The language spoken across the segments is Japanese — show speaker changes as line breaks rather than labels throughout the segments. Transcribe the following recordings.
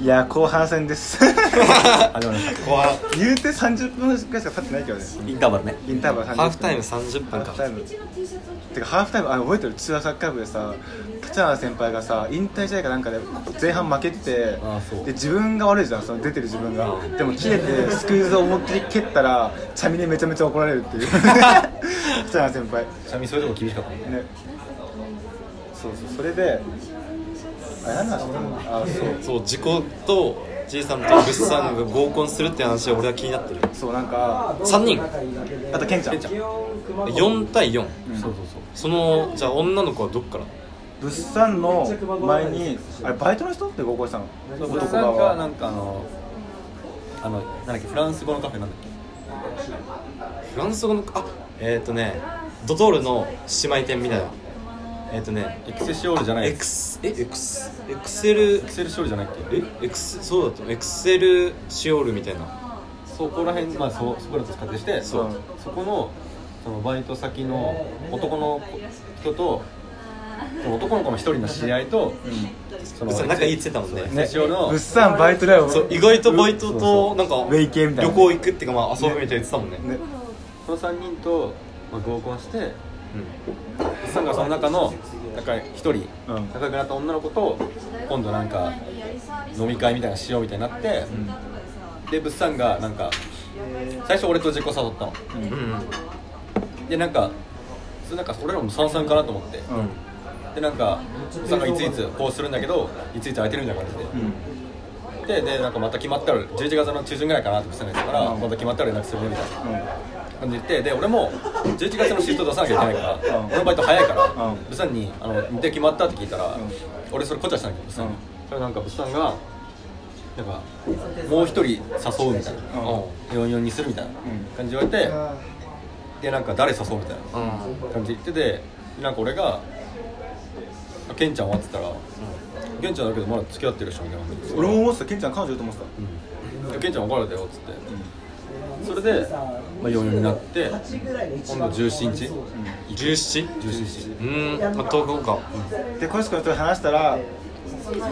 いや後半戦です
始まりまし
後半
言うて30分ぐらいしか経ってないけどね
たインターバルね
インターバル30分
ハーフタイム30
ハ
分
ー
か
フタイムてかハーフタイムあ覚えてる中和サッカー部でさ立花先輩がさ引退試合かなんかで前半負けてて
あそう
で自分が悪いじゃんその出てる自分がでも切れてスクイズを思いっきり蹴ったらチャミにめちゃめちゃ怒られるっていう立花先輩
ちなみにそういうとこ厳しかったね
ねそうそうそれであ何の話したのあそう
そう事故とじいさんとぐっさんが合コンするって話は俺は気になってる
そうなんか
3人
あとケンちゃん
4対4
うん
そうそうそ
そのじゃあ女の子はどっから
物産の前にあれバイトの人って合コンしたの
う
男
な
側
んか
は
なんかあのあのなんだっけフランス語のカフェなんだっ
フランス語のあえっ、ー、とねドトールの姉妹店みたいなえっ、ー、とね
けエクセシオールじゃない
エクスえエクスエクセル
エクセルシオールじゃないっけ
えエクスそうだったエクセルシオールみたいな
そこら辺まあそそこらと使ってして
そう
うん
そこのそのバイト先の男の人とその男の子の一人の知り合いと、そ
ぐっさん仲いいっつってたもんね
エクセシオールの
物産バイトだよ
そう意外とバイト
そうそ
となんか
ウェイ系みたいな
旅行行くっていうかまあ遊ぶみたいな言ってたもんね
ね
その3人と、まあ、合コンして
うん
さんがその中のなんか一人
うん
仲良くなった女の子と今度なんか飲み会みたいなのしようみたいになって、でぶっさんがなんか最初俺と自己誘ったの
うんうん
でなんかそれなんか俺らも三々かなと思って、
うん
でなんかぶっさんがいついつこうするんだけどいついつ空いてるみたいな感じで、ででなんかまた決まったら11月の中旬ぐらいかなって言ってたから、
うん
また決まったら連絡するねみたいな感じで言ってで俺も11月のシフト出さなきゃいけないから、
うん
俺のバイト早いから、
うん
ブサンにあの「日程決まった?」って聞いたら、
ん
俺それこっちゃしたんだけどブサンに、
うん
それなんかブサンがなんかもう一人誘うみたいな、
うん
44にするみたいな感じで言われて、でなんか誰誘うみたいな感じで言っててでなんか俺が「ケンちゃんは?」って言ったら「ケンちゃんだけどまだ付き合ってるでしょ」みたいな感じで
俺も思ってたケンちゃん彼女いると思ってた
でケンちゃん怒られたよっつって、それで、まあ、44になって今度17日、
17?
17
うーん、まあ、東京か、
で小石君と話したら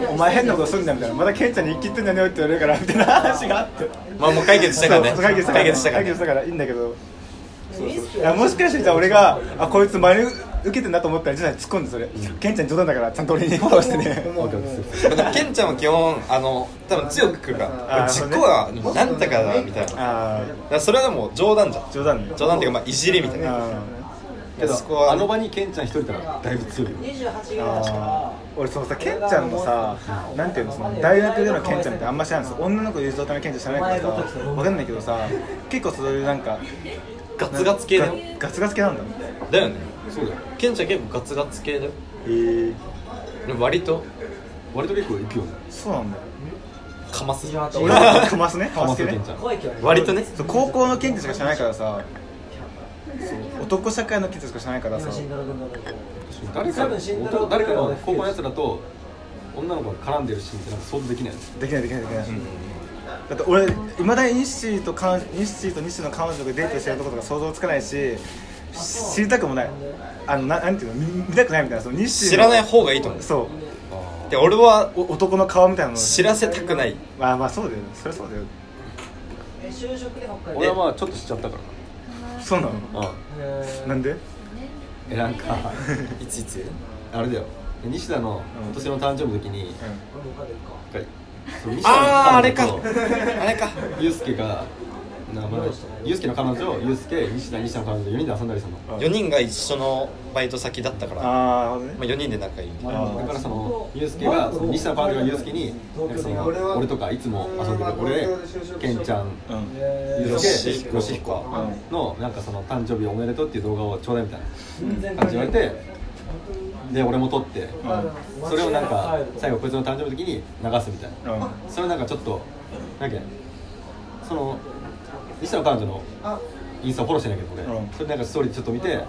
お前変なことすんなみたいなまたケンちゃんに生きてんじゃねえよって言われるからみたいな話があって
まあもう解決したからね
そう解決したから
解決したから
解決したからいいんだけどそうそういやもしかしてじゃあ俺があこいつ真に受けてんなと思ったら実は突っ込んでそれケンちゃん冗談だからちゃんと俺にフォローして ね
オッケーオッケーオッケー
まあケンちゃんは基本あの多分強くくるから
あー
俺実行はなんだかだみたいなだか
あ
らそれはでも冗談じゃん
あ冗談ね
冗談っていうかまあいじりみたいな
あー
け
そこは
どあの場にケンちゃん一人いたらだいぶ強いよ
あー俺そのさケンちゃんのさなんていうのその大学でのケンちゃんってあんま知らないんですよ女の子でいう状態のケンちゃん知らないからさわかんないけどさ結構そういうなんか
ガツガツ系だよ
ガガツガツ系なんだ
だよね
そうだよ
ケンちゃん結構ガツガツ系だよ
えー、
でも割と
割と結構いくよね
そうなんだ
かます
俺はかますねかま
浜
す
瀬
ね
ケンちゃん
割とね
そう高校のケンちゃんしか知らないからさそう男社会のケンちゃんしか知らないからさ
誰か男誰かの高校のやつらと女の子が絡んでるシーンってなんか想像できないよね
できないできないできない、だって俺いまだに西と彼西と西の彼女がデートしてるとことか想像つかないしし知りたくもないあのななんていうの見見たくないみたいなその西の
知らない方がいいと思う
そう
で俺は
お男の顔みたいなの
知らせたくない
まあまあそうだよねそれそうだよ
俺はまあちょっとしちゃったか
そうなの
らなうん
なんで
えなんか
いついつ
あれだよ西田の今年の誕生日の時に、なんかそう西田の
あああ
彼
れ
女
か
と
あれか
ユうスケが名前ユうスケの彼女ユうスケ西田西田の彼女4人で遊んだりするの
4人が一緒のバイト先だったからま
あ
あ
あなるほどね
4人で仲いいみたいな
あー
だからそのユうスケがその西田の彼女がユうスケになんかその俺とかいつも遊んでる俺ケンちゃん
うん
ユうスケ
よ
ヨ
し
シ
ひ
ヒ
こ
コのなんかその誕生日おめでとうっていう動画をちょうだいみたいな感じで言われてで俺も撮ってそれをなんか最後こいつの誕生日の時に流すみたいな
うんうん
それなんかちょっとなんかその西田の彼女のインスタフォローしてないけど俺、
うん
それなんかストーリーちょっと見てでなん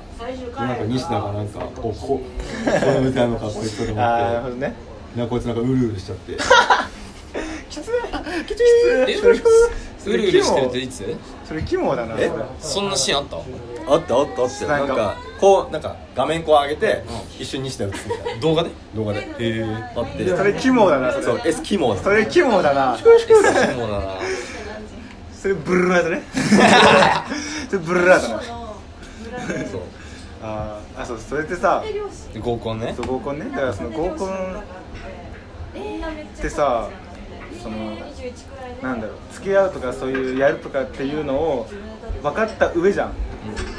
か西田がなんかこうこうこういうみたいなのかっこいいそうと 思
ああなる
っ
ほどね
てなんかこいつなんかうるうるしちゃって
きついきついよろしく
そ
うるうるしてるっていつ
それ肝だな
え
そんなシーンあった
あったあったあった
な
なんん
か
かこうなんか画面こう上げて、一瞬にして映ってた
動画で
動画でへえあって
それ肝だなそ
そ
れ
う S キモ
それ肝だな
そうだな
それブルーラーだ ねそれブルーラーだな
そう
あーあそうそれってさ
で合コンね
そう合コンねだからその合コンってさそのなんだろう付き合うとかそういうやるとかっていうのを分かった上じゃん、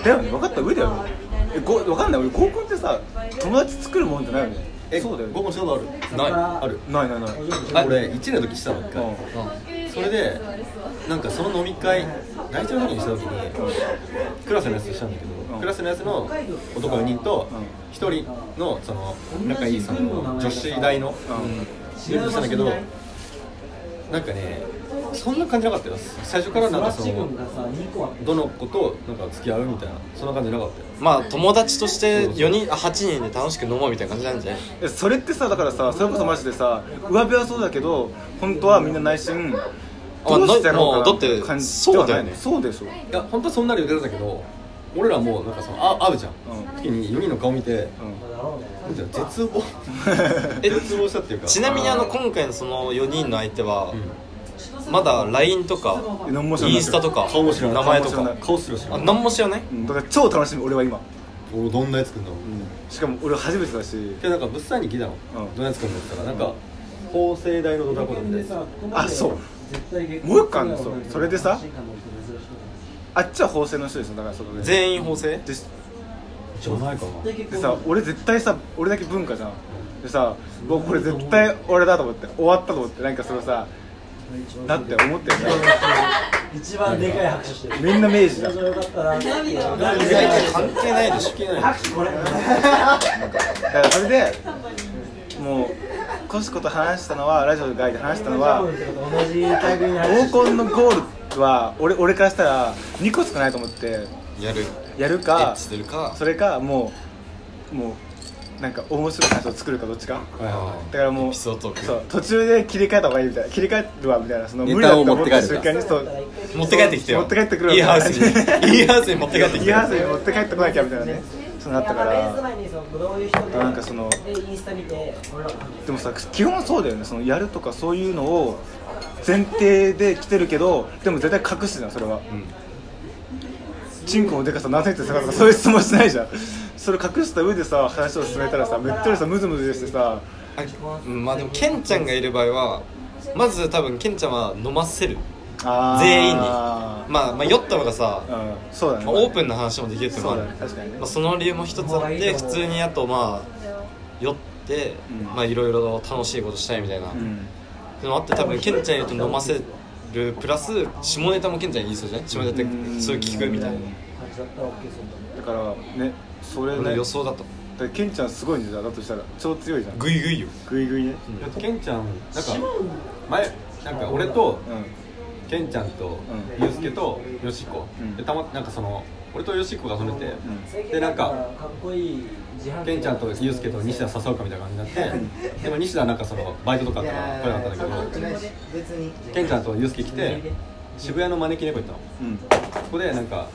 だよね分かった上だよねえご分かんない俺合コンってさ友達作るもんじゃないよね
え
そうだよ
僕
ね
もしたことある
ない
ある
ないないない
あ
俺1年の時したの一回
うん
それでなんかその飲み会大腸の時にした時にクラスのやつとしたんだけど、
うん
クラスのやつの男4人と
うん
1人のその仲いいその女子大のグループしたんだけどなんかねそんな感じなかったよ最初からなんかそのどの子となんか付き合うみたいなそんな感じなかったよ
まあ友達として4人あ8人で楽しく飲もうみたいな感じなんじゃない
えそれってさだからさそれこそマジでさ上辺はそうだけど本当はみんな内心
あ
どうしてやろうかな
もうだって
感じ
そうだよ
で
ね
はないそうでしょ
いや本当はそんなの言ってたけど俺らもうなんかそのあ会うじゃん、
うん
時に4人の顔見て
う
なんていうの絶 望
え
絶望したっていうか
ちなみにあの今回のその4人の相手は
うん
まだ LINE とか
ん何も知らない
インスタとか
顔も知らない
名前と
顔も知ら
か
ない
顔すら知ら
あ
ない
何も知らない
うんだから超楽しみ俺は今
俺どんなやつくんだろう
しかも俺初めてだし
でなんか物産に聞いたの、
うん
どんなやつくんだったらなんか法政大のドタコみたいな
あそうもう一個あんのそうそれでさあっちは法制の人でしょだからそこで
全員法制
で
じゃないかな
でさ俺絶対さ俺だけ文化じゃんでさ僕これ絶対俺だと思って終わったと思ってなんかそのさだって思ってるね
一番でかい拍手してる。
みんな明治だ
面白よかったな。
意外と関係ないでしょ
聞けない
拍手これ。
だからそれでもうコシコと話したのはラジオで外で話したのは
同じタイミングに拍手
合コンのゴールは俺俺からしたら2個しかないと思って
やる
やる
エ
か
ッチするか
それかもうもうなんか面白い話を作るかどっちか
はいはいはい
だからもう
エピソードトーク
そう途中で切り替えた方がいいみたいな切り替えるわみたいなその
ネタを
無理だと思った
持って帰る
瞬
か
間にそう
持って帰ってきてよ
持って帰ってくる
いいハウス にいいハウスに持って帰ってき
い
て
や持って帰ってこなきゃみたいなねそうなったから
ら
なんかその
インスタ見て、ほら
でもさ基本そうだよねそのやるとかそういうのを前提で来てるけどでも絶対隠すじゃんそれは、チンコのでかさ何センチですかとかそういう質問しないじゃんそれ隠した上でさ話を進めたらさめっちゃさムズムズしてさ
あうんまあでもケンちゃんがいる場合はまず多分ケンちゃんは飲ませる
あー
全員にまあ、まあ酔ったのがさ、
うんそうだね、
まあ、オープンな話もできるっていうのもあ
そう
る
だね確かにね
まあ、その理由も一つあって普通にあとまあ酔って、
うん
まあいろいろ楽しいことしたいみたいな、
うん
でもあって多分ケンちゃんいると飲ませるプラス下ネタもケンちゃんに言いそうじゃない下ネタって
うん
そういう聞くみたいな、
感じだったら OK そうだね
だからねそれ
俺の
ね
予想だと
だからケンちゃんすごいんだよだとしたら超強いじゃん
グイグイよ
グイグイね
いやケンちゃんなんか前なんか俺と
うん
ケンちゃんと
うん
ユウスケとヨシコ
うん
でたまなんかその俺とヨシコが遊んでて、
うん
でなんか
っこいい自販機
ケンちゃんとユうスケと西田誘うかみたいな感じになってでも西田はなんかそのバイトとかから来なかったんだけどケンちゃんとユうスケ来て渋谷の招き猫行ったの
うん
そこでなんか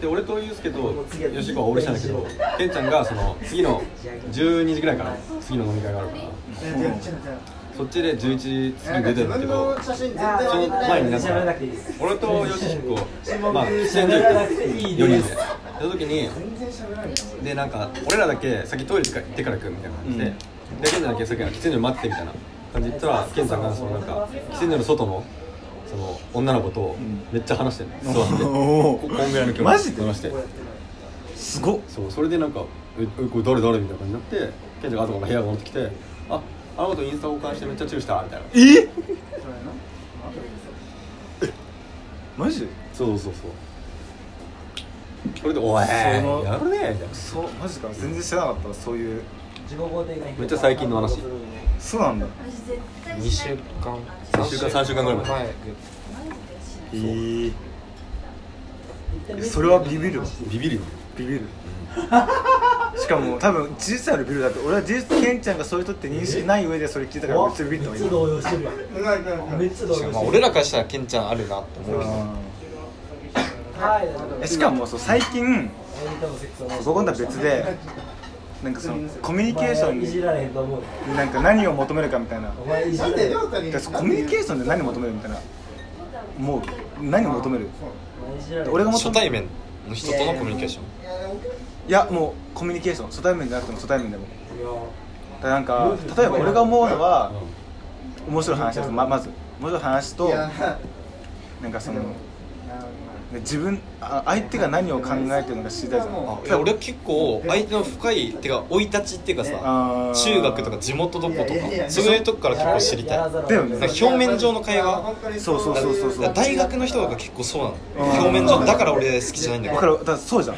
で俺とユうスケと吉子は俺したんだけどケンちゃんがその次の12時ぐらいかな次の飲み会があるからそっちで11時過ぎに出てるんだけどその前になん
喋らな
か
くていいです
俺とヨシヒコまあ喫
喋
煙所
らな
行
くていい
4
で
人
す
でその時にでなんか俺らだけ先トイレ行ってから来るみたいな感じで、
うん
でケンちゃんだけ先は喫煙所で待ってみたいな感じで言ったらケンちゃんがそのなんか喫煙所の外のその女の子とめっちゃ話してるの、座って
おー
ここんぐらいの距離
マジで
話して
すごっ
そうそれでなんか「ええこれ誰誰?」みたいな感じになってケンちゃんが後から部屋が戻ってきて「ああの子とインスタ交換してめっちゃチューした」みたいな
えマジ
そうそうそうそれで「おい
その
やるね」みたいな
そうマジか全然知らなかったそういう
自己肯定感
めっちゃ最近の話
そうなんだ
2週間
2週間3週間ぐらい前
前
えーそれはビビるわ
ビビるよ
ビビるしかも多分事実あるビルだって俺は事実ケンちゃんがそういう人って認識ない上でそれ聞いたからめっちゃビビったも
め
ん
っちゃ動揺してるわめっちゃ動揺
し
し
か
て
も
る
まあ俺らからしたらケンちゃんあるなって思うけど
今
はい
えしかもそう最近
あなたのセックスはもう
そこ今度は別でなんかそのコミュニケーショ
お前いじ
ン
られへんと思う
になんか何を求めるかみたいな
お前いじられへんお
だからコミュニケーションで何を求めるみたいなもう何を求める
前いじられへん
俺が求
初
め
対面の人とのコミュニケーション
いやもうコミュニケーション初対面じゃなくても初対面でも
いや
だからなんか例えば俺が思うのは面白い話ですままず面白い話となんかその自分あ相手が何を考えてるのか知りたいじゃん
あいや俺は結構相手の深いてか生い立ちっていうか
あ
さ
ー
中学とか地元どことか
いやいやいや
そういうとこから結構知りたい
や
な
ら
ん
ざ
か
るを
だよ
得
ね
ない
表面上の会話
そうそうそうそうそう
だから大学の人が結構そうなの
あー
表面上だから俺好きじゃないんだ
わ
け
か
ど
るだからそうじゃん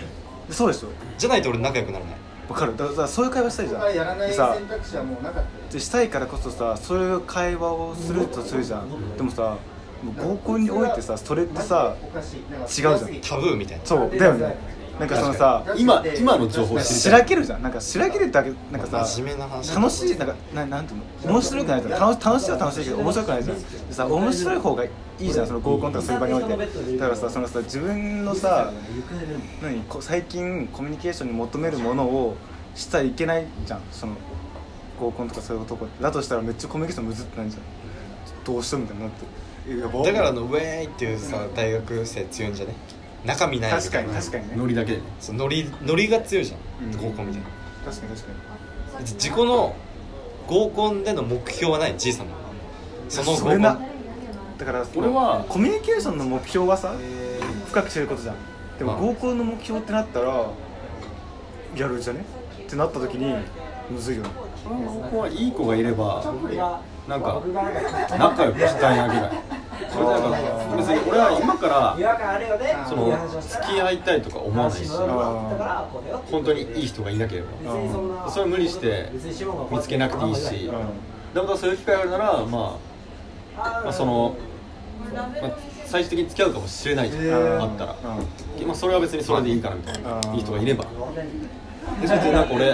そうでしょ
じゃないと俺仲良くならない
わかるだだからそういう会話したいじゃん
やらない
で
選
さ
択肢はもうなかった
でしたいからこそさそういう会話をするとするじゃんでもさもう合コンにおいてさそれってさ
おかしい違う
違うじゃん
タブーみたいな
そうだよねなんかそのさ
今今の情報知り
した
い
らけるじゃんなんかしらけるだけなんかさ
真面目な話
楽しいなんかななんていうの面白くないじゃん楽し楽しいは楽しいけど面白くないじゃんでさ面白い方がいいじゃんその合コンとかそういう場においてだからさそのさ自分のさ何こ最近コミュニケーションに求めるものをしたらいけないじゃんその合コンとかそういうとこだとしたらめっちゃコミュニケーションむずってないじゃんどうしようみたいになってえやば
だからあのウェーイっていうさ大学生強いんじゃね中身ない
確かに確かにね
ノリだけでね
そうノリノリが強いじゃ
うん
ん合コンみたいな
確かに確かに
自己の合コンでの目標はないじいさんのその合
そ
コ
れ
ン
なだからその
俺は
コミュニケーションの目標はさ深く知ることじゃんでも
う
合
ん
コンの目標ってなったらやるじゃねってなった時にむずいよね
ここはいい子がいれば
僕が
なんか
僕がなんか
仲良くしたいなぐらいそれだから別に俺は今か
違
ら
和感あるよね
そ
い
の
う話をした
付き合いたいとか思わないし
話の中だったからこれは
本当にいい人がいなければ
別にそんな
それ無理して見つけなくていいし
うん
だからそういう機会があるならまあ、まあ、その、まあ、最終的に付き合うかもしれないじゃん、あったら、まあ、それは別にそれでいいからみたいな、
うん
いい人がいればで別になんか俺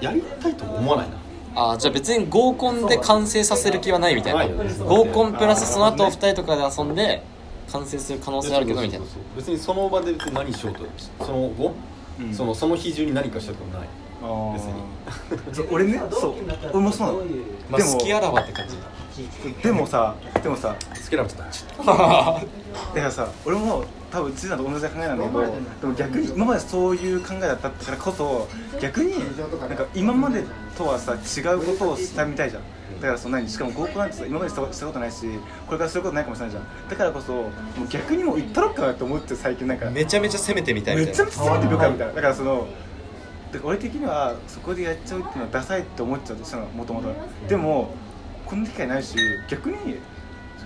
やりたいとも思わないな
あーじゃあ別に合コンで完成させる気はないみたいな
ないよね
合コンプラスその後二人とかで遊んで完成する可能性あるけどみたいな
そうそうそう別にその場で別に何しようとその後、
うん
そのその日中に何かしたとかない
うん
別に
そう俺ねそう俺もそうなの
まあ
でも
好きあらばって感じ
でもさでもさ
好きなことだちょっと
だからさ俺も多分ちーさんと同じ考えなんだけどでも逆に今までそういう考えだったからこそ逆になんか今までとはさ違うことをしたみたいじゃんだからその何しかも合コンなんてさ今までしたしたことないしこれからすることないかもしれないじゃんだからこそもう逆にもう行ったろっかなって思って最近なんか
めちゃめちゃ攻めてみたいみ
め
たい
ちゃ
な
めちゃ攻めてるからみたいなだからそのだから俺的にはそこでやっちゃうっていうのはダサいって思っちゃうとしたのもともとでもこんな機会ないし逆に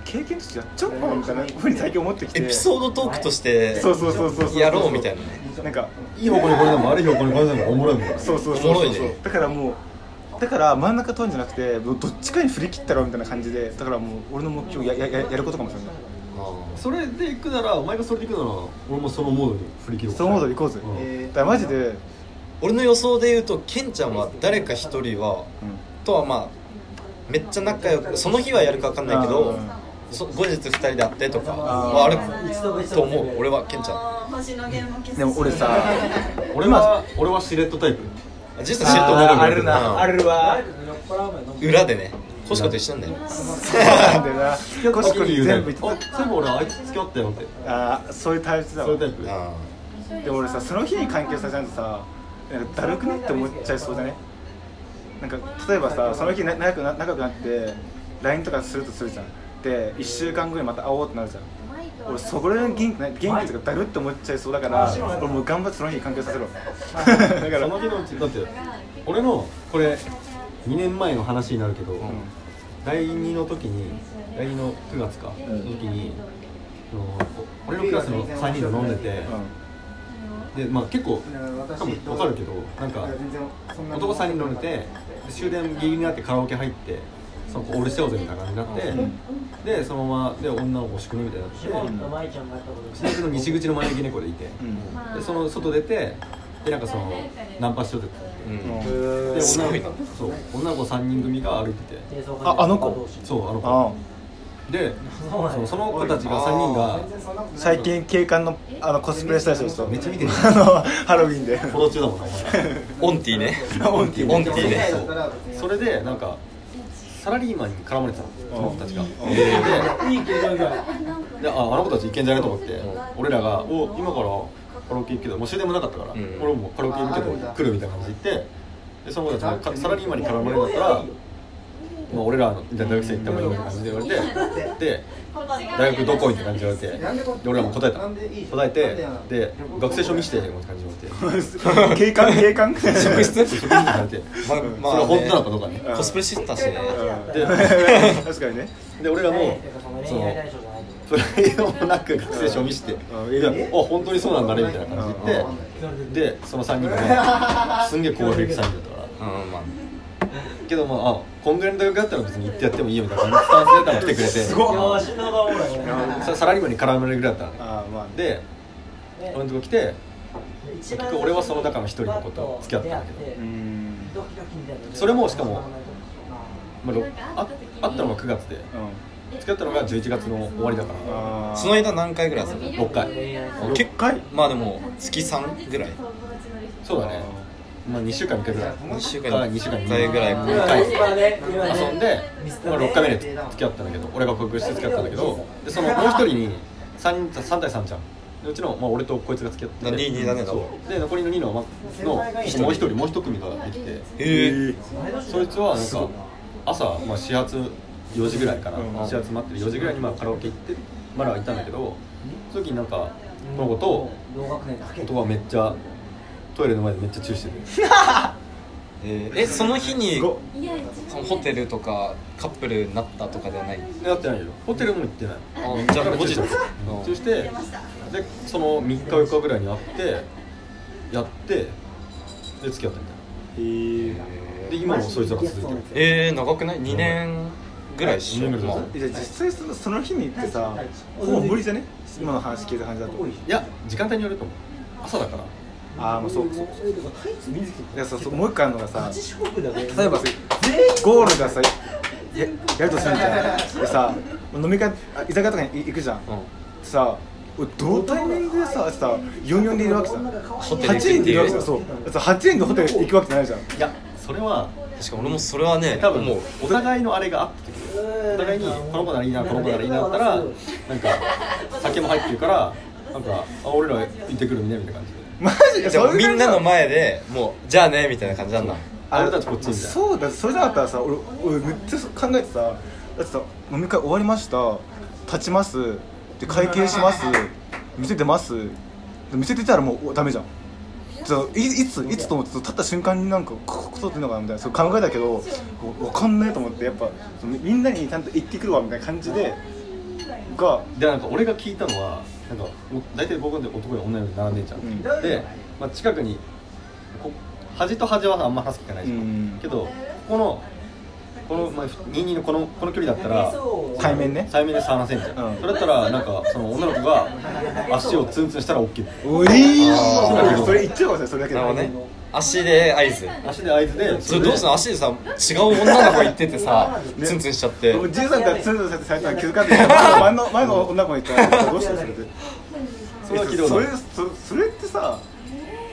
経験としてやっちゃおうかなみたいなふうに最近思ってきて
エピソードトークとして
そうそうそうそうそう
やろうみたいなね
なんか
いい方向にこれでも悪い方向にこれでもおもろいもんね
そうそうそうそ
お
う
もろいね
だからもうだから真ん中取るんじゃなくてもうどっちかに振り切ったらみたいな感じでだからもう俺の目標ややややることかもしれない
それで行くならお前がそれで行くなら俺もそのモードに振り切ろう
そのモードで行こうぜ、
うん
だからマジで、 うん、
俺の予想で言うとケンちゃんは誰か一人はとはまあめっちゃ仲良くその日はやるか分かんないけ
う
ど
ん
そ後日二人で会ってとか
あー
はあると思う俺はケンちゃん
星野源も消すし
でも俺さ
俺は俺はシレットタイプ
実際知ると思う
あーあ
け
る
ど
なあるわ
裏でね星子と一緒なんだよ
なんだよな。コシコに全部言
あ
って
そういえば俺あいつ付き合ったよって
た。ああ、そういう体質だ
そうい
わ
う。タイプ
あ
でも俺さ、その日に関係させちゃうとさ、なんかだるくねって思っちゃいそうじゃね。なんか例えばさ、その日な仲良くな仲良くなって、LINE とかするとするじゃん。で、1週間後にまた会おうってなるじゃん。俺そこら辺元気ない元気とかだるって思っちゃいそうだから俺もう頑張ってその日に関係させろ だか
そ
ら
の日のうちだって俺のこれ2年前の話になるけど、第2の時に第2の9月か、の時にその俺のクラスの3人で飲んでて、でまあ結構多分分かるけどなんか男3人飲んでてで終電ギリギリになってカラオケ入ってその子俺しようぜみたいな感じになって、でそのままで女の子仕組みみたいになって、
舞ちゃんがやったこと
新宿の西口の招き猫でいて、
うん
でその外出てでなんかそのナンパしようって
うん
で
へー
すごい
女
な
の子そう女の子3人組が歩いてて
ああの子
そうあの
あ
子で
そうなんや
そうその子たちが3人が
あ最近警官のあのコスプレした人でしょ
めっちゃ見てる
あのハロウィン で
フォロー中だもんなお前
オンティね
オンティね
オンティね
それでなんかサラリーマンに絡まれてたのその子たちが
いい経験が
でああの子たちいけんじゃないと思って、俺らが「お今からカラオケ行くけどもう終電もなかったから、
うん
俺もカラオケ行くけど来る」みたいな感じで言ってでその子たちもかサラリーマンに絡まれるんだったら、まあ、俺らのみたいな大学生行った方がいいみたいな感じで言われてで大
大
学
学
ど
ど
こ
こ
に
に
っ
ってて
感
感
じ
じ
で
で
言
言
われてで俺ら
われて
も答えたの答えてで学生証見してみたいな感じで 言われて
警官警 官
職質
職員にされて
まあ
それは本当なのかどうかね
うん
コスプレしてたしね
うん
で
確かにね
で俺らもそ
恋愛対
の
象じゃないけ
それもなく学生証見して
うん
であ本当にそうなんだねみたいな感じででその3人が すんげえ攻撃されてたから
うんまあ
けどまああこんぐらいの大学だったら別に行ってやってもいいよみたいな感じのスタンスで多分来てくれて す
どいやわしのがおるわ俺
ササラリーマンに絡まれるぐらいだったのね
ああまあね
で俺のとこ来て
一番最初に
俺はその中の一人の子と付き合ったんだけど
出会っ
う
て
ん
ドキドキみたいな
それもしかも
あ
まあろあ会ったのが9月で付き合ったのが11月の終わりだから
あー
その間何回ぐらい遊ぶ
6回
六回
まあでも月3ぐらい
そうだねまあ2週間に1回ぐらい
2週間
あ
に
2週間に
1
1
回ぐらい
今
一
も
回
今ね今ね
遊んで、
ミスタ
ま
ー
あ、6回目で付き合ったんだけど俺が告白して付き合ったんだけどでそのもう一人に 3, 3対3じゃんでうちの、まあ、俺とこいつが付き合ってて
な二二だね
そうで残りの2の,、ま、のもう
一
一
人
人もう一組ができて
えー
そいつはなんか朝、まあ、始発4時ぐらいかな、
うん
始発待ってる4時ぐらいにまあカラオケ行ってまだ行ったんだけどその時になんかその子と
同学年だけ
男はめっちゃトイレの前でめっちゃチューしてる
えーえその日に
すごっ
そのホテルとかカップルになったとかではない
でなってないよホテルも行ってない
あじゃあ後日
チューしてチューしてでその3日4日ぐらいに会ってやってで付き合ったみたい
へー
なで今もそいつらが続いてる
えー、長くない2年ぐらいっしょ、
二年ぐらい
ま
だ
あ
ね
えじゃあ実際そのその日に行ってさもう無理じゃね今の話聞いた感じだと
いや時間帯によると思う朝だから
ああまあそうかそうかいやさそうもう一個あるのがさ例
例
えばさゴールがさややるとするじゃんでさ飲み会あ居酒屋とかに行くじゃんさ俺どうタイミングでささ44でいるわけじゃん
ホテル
8人でいるわけじゃんそうさ8人でホテル行くわけじゃないじゃん
いやそれは
確か俺もそれはね
多分
もう
お互いのあれがあった時お互いにこの子ならいいなこの子ならいいなだったらなんか酒も入ってるからなんかあ俺ら行ってくるねみたいな感じで
マジで
じゃあみんなの前でもうじゃあねみたいな感じなんだ
あ
俺たちこっちみたいな
そうだそれじゃなかったらさ俺俺めっちゃ考えてさだってさ飲み会終わりました立ちますで会計します店出ますで店出たらもうおダメじゃんじゃあいいついつと思って立った瞬間になんかここそってんのかなみたいなそう考えたけど分かんないと思ってやっぱそのみんなにちゃんと行ってくるわみたいな感じでが
でなんか俺が聞いたのはなんかもう大体僕で男や女の子で並んでんじゃん、
うん
で、まあ、近くにこ端と端はあんま話す機会ないじゃん、
うん
けどここのこの、まあ、22のこのこの距離だったら
対面ね
対面で話せんじゃん、
うん
それだったらなんかその女の子が足をツンツンしたら OK
おいー
あー
それ言っちゃうかもしれないそれだけ
な
で
るほどね足で合図
足で合図で
それどうすんの
の
足でさ違う女の子行っててさ
ね
ツンツンしちゃって
僕13からツンツンされてされたの気づかずに前の前の女の子に言ったらどうしたそれで
そ
そ
れ
れ
は聞いたこ
そ
と
れ
ない
そそれってさ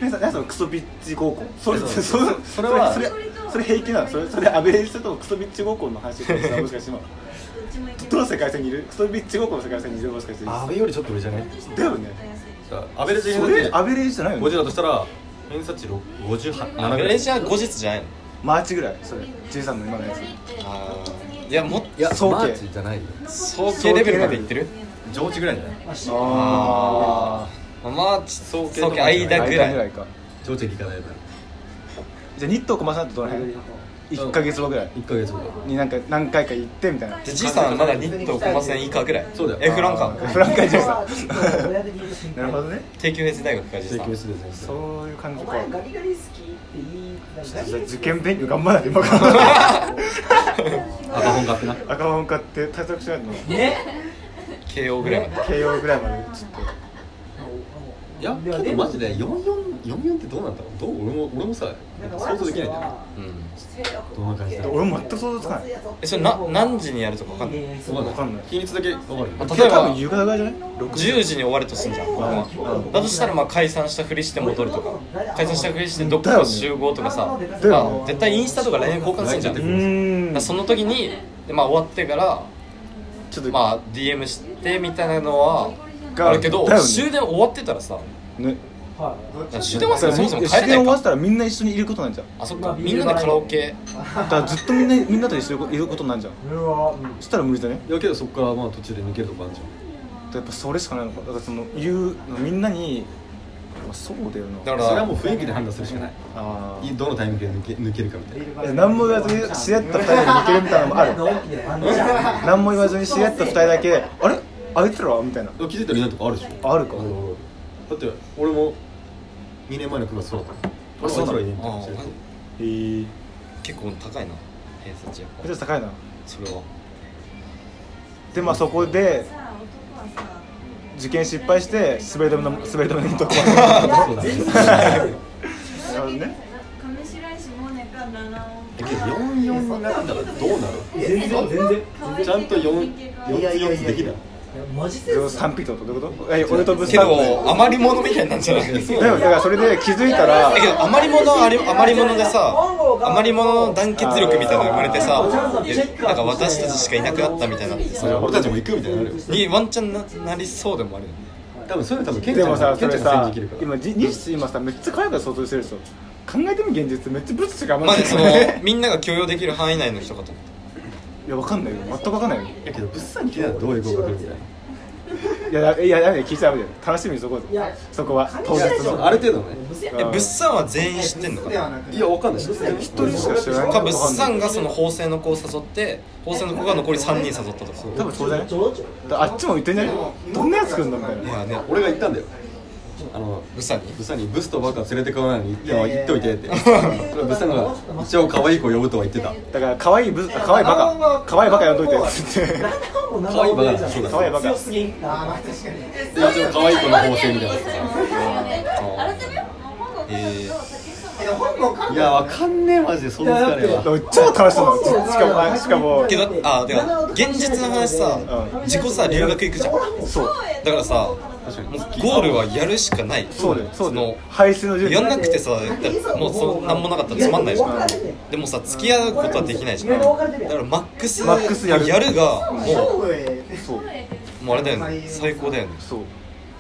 皆さん皆さんクソビッチ高校それ
そう
そそ
それは
それそれそれ平気なのそれそれアベレージとクソビッチ高校の話してるさもしかして今どの世界線にいるクソビッチ高校の世界線にいるもしかして
阿部よりちょっと上じゃない
だよね
アベレージ
そ
偏
れア
差値
ベレージじゃないよ
50
ね
だとしたら偏差値58
あ
7
の
ぐら
レ
い
ジャー後日じゃないの
マーチぐらいそれ13の今のやつ
あーいやもっ
いや早
マ
慶
ーチじゃないよ
と総計レベルまで行ってる
上智ぐらいじゃない
あ
あ
あまあ総
計
計間
間
ぐ
ぐ
らい
らいか
上智理科大だよ
じゃあ日東駒さんってどの辺1か月後ぐらい
1ヶ月後だ
になんか何回か行ってみたいな
でじいさんはまだニット駒線以下ぐらい
そうだよ
エフランか
フランカイジェイさんなるほどね
帝京平成大学かじい
請
さん
求する全然
そういう感じ
お
か
前ガリガリ好きって
じ
言
ゃあ
い
受験勉強頑張らないと今から
赤本買ってな
赤本買って対策しないと
ね
慶応ぐらいまで
慶応ぐらいまでちょっ
いや結構マジで44 44ってどうなんだろうどう俺も俺もさ
なんか
想
俺
像
と
でき
し
な
て
いんだよ
は
ね
うん
どんな感じだろう
俺全く想像つかない
えそれな何時にやるとかわかんない
わ
わかんない
日にちだけわかる
まあ例
多
えば
分夕方ぐらいじゃない6
10時に終わるとすんじゃん、
ああ
だとしたらまあ解散したふりして戻るとか解散したふりしてどっか集合とかさ、
だよ
ね
まあ絶対インスタとか LINE 交換すんじゃん、
う
う
だか
ーん
らその時にで、まあ、終わってから、
ちょっと
まあ、DM してみたいなのは
が
あるけど、
だよね
終電終わってたらさ
ね
はい
終電終わってたらそもそも帰
終電
れ
終
な
わっ
いか
たらみんな一緒にいることなんじゃん
あそっかみんなでカラオケ
だからずっとみんなみんなと一緒にいることになるじゃん
これはうん
そしたら無理だね
いやけどそこからまあ途中で抜けるとかあるじ
やっぱそれしかないのかだからその言うみんなにまあそうだよ
だ
な
ゃ
か
ん
ら
それはもう雰囲気で判断するしかない
あー
どのタイミングで抜け抜けるかみたいな
何も言わずにしれっと2人で抜けるみたいなのもある何も言わずにしれっと2人だけあれあいつらみたいな
気づいたらいないとかあるでしょ
あるか
だって俺も2年前の9月そうだった
あそうなの
俺もあいつらいねえみたいな
あ
えー
結構高いな偏差値やっ
ちょっ
ぱ
と高いな
そ れは
でまあそこで受験失敗して滑り止めの滑り止めのとこま
そうだ
全然
でなるほどね
上白石萌音か七
えけど44になったらどうなる
全然全然
ちゃんと4
いやいやいや
つできない
マジ
で
で
も
すか
3ピットとどういうことえ俺とブス
け
タッ
ど余り物みたいになっちゃう だけ
フだよだからそれで気づいたら
だけど余り物あり 余り物でさ余り物の団結力みたいなのが生まれてさえなんか私たちしかいなくなったみたいなのって
それ
さ
俺たちも行くみたいになるよ
にワンチャンななりそうでもあるよね
多分そういうの多分ケンち
で
ゃん
もさ
がケ
そ
ンち
れ
ゃんが
さ
先に生きるから
今じ西今さめっちゃ海外想像してるでしょ考えてみ現実めっちゃブスしかあん
ま
ま
あ
り
ねその
い
みんなが許容できる範囲内の人かと思 っ
やわかんないよ全くわかんないよ
いやけど物産に来たらどういうことが来るみたいない
やだいやだめ聞いちゃうよ楽しみにそこ
いや
そこは当
いや
日
そう
の
ある程度のね
てえ物産は全員知ってんのかない
やわかんない一人
しか知らない
か物産がその法制の子を誘って法制の子が残り3人誘ったとか
多分そうじゃない
ちょろちょ
だあっちも言ってんじゃねどんなやつ来るんだみたいな
まあね
俺が行ったんだよあの
物産に
ブサにブスとバカ連れてこないのに
いやい
言
や
っておいてってそれはブサが一応可愛い子呼ぶとは言ってた
だから可愛いブス可愛いバカ可愛いバカ呼んどいてっ つって
ろ
可愛いバカだそうだ
可愛いバカ
強すぎんあーまあ確かに
一応可愛い子の方針みたいな
え
え香港韓
いやわかんねえマジでそんな疲れ
だか
は
ら超楽しそうなのしかもあしかも
ー、けどあでも現実の話さ
うん
自己さ留学行くじゃん
そう
だからさ
確かに
もうゴールはやるしかない
そうだよそうだよ
の
排水の準
やん
備
なくてさもうそうなんもなかったらつまんないじゃんでもさ付き合うことはできないじゃんだからマックス
マックスやる
がも
そう
うもうあれだよね最高だよね
そう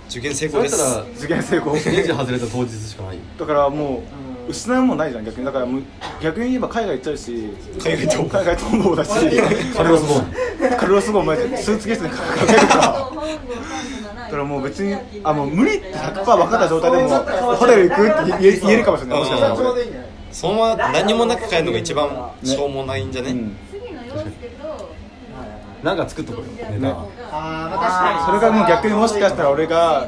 受験成
そ
功
うや
で
った
す
ら
受験成 功
ネジ外れた当日しかないよ
だからもう失うもんないじゃん逆にだからもう逆に言えば海外行っちゃうし
海外逃亡
海外逃亡 だしカルロス・ゴーンカルロス・ゴーンマジでスーツケースにかけるから だからもう別にあもう無理って100%分かった状態でもホテル行くって言え言えるかもしれないもしかしたら俺
そのまま何もなく帰るのが一番しょうもないんじゃね
うん
なんか作っとこうよネタは
あーま
それがもう逆にもしかしたら俺が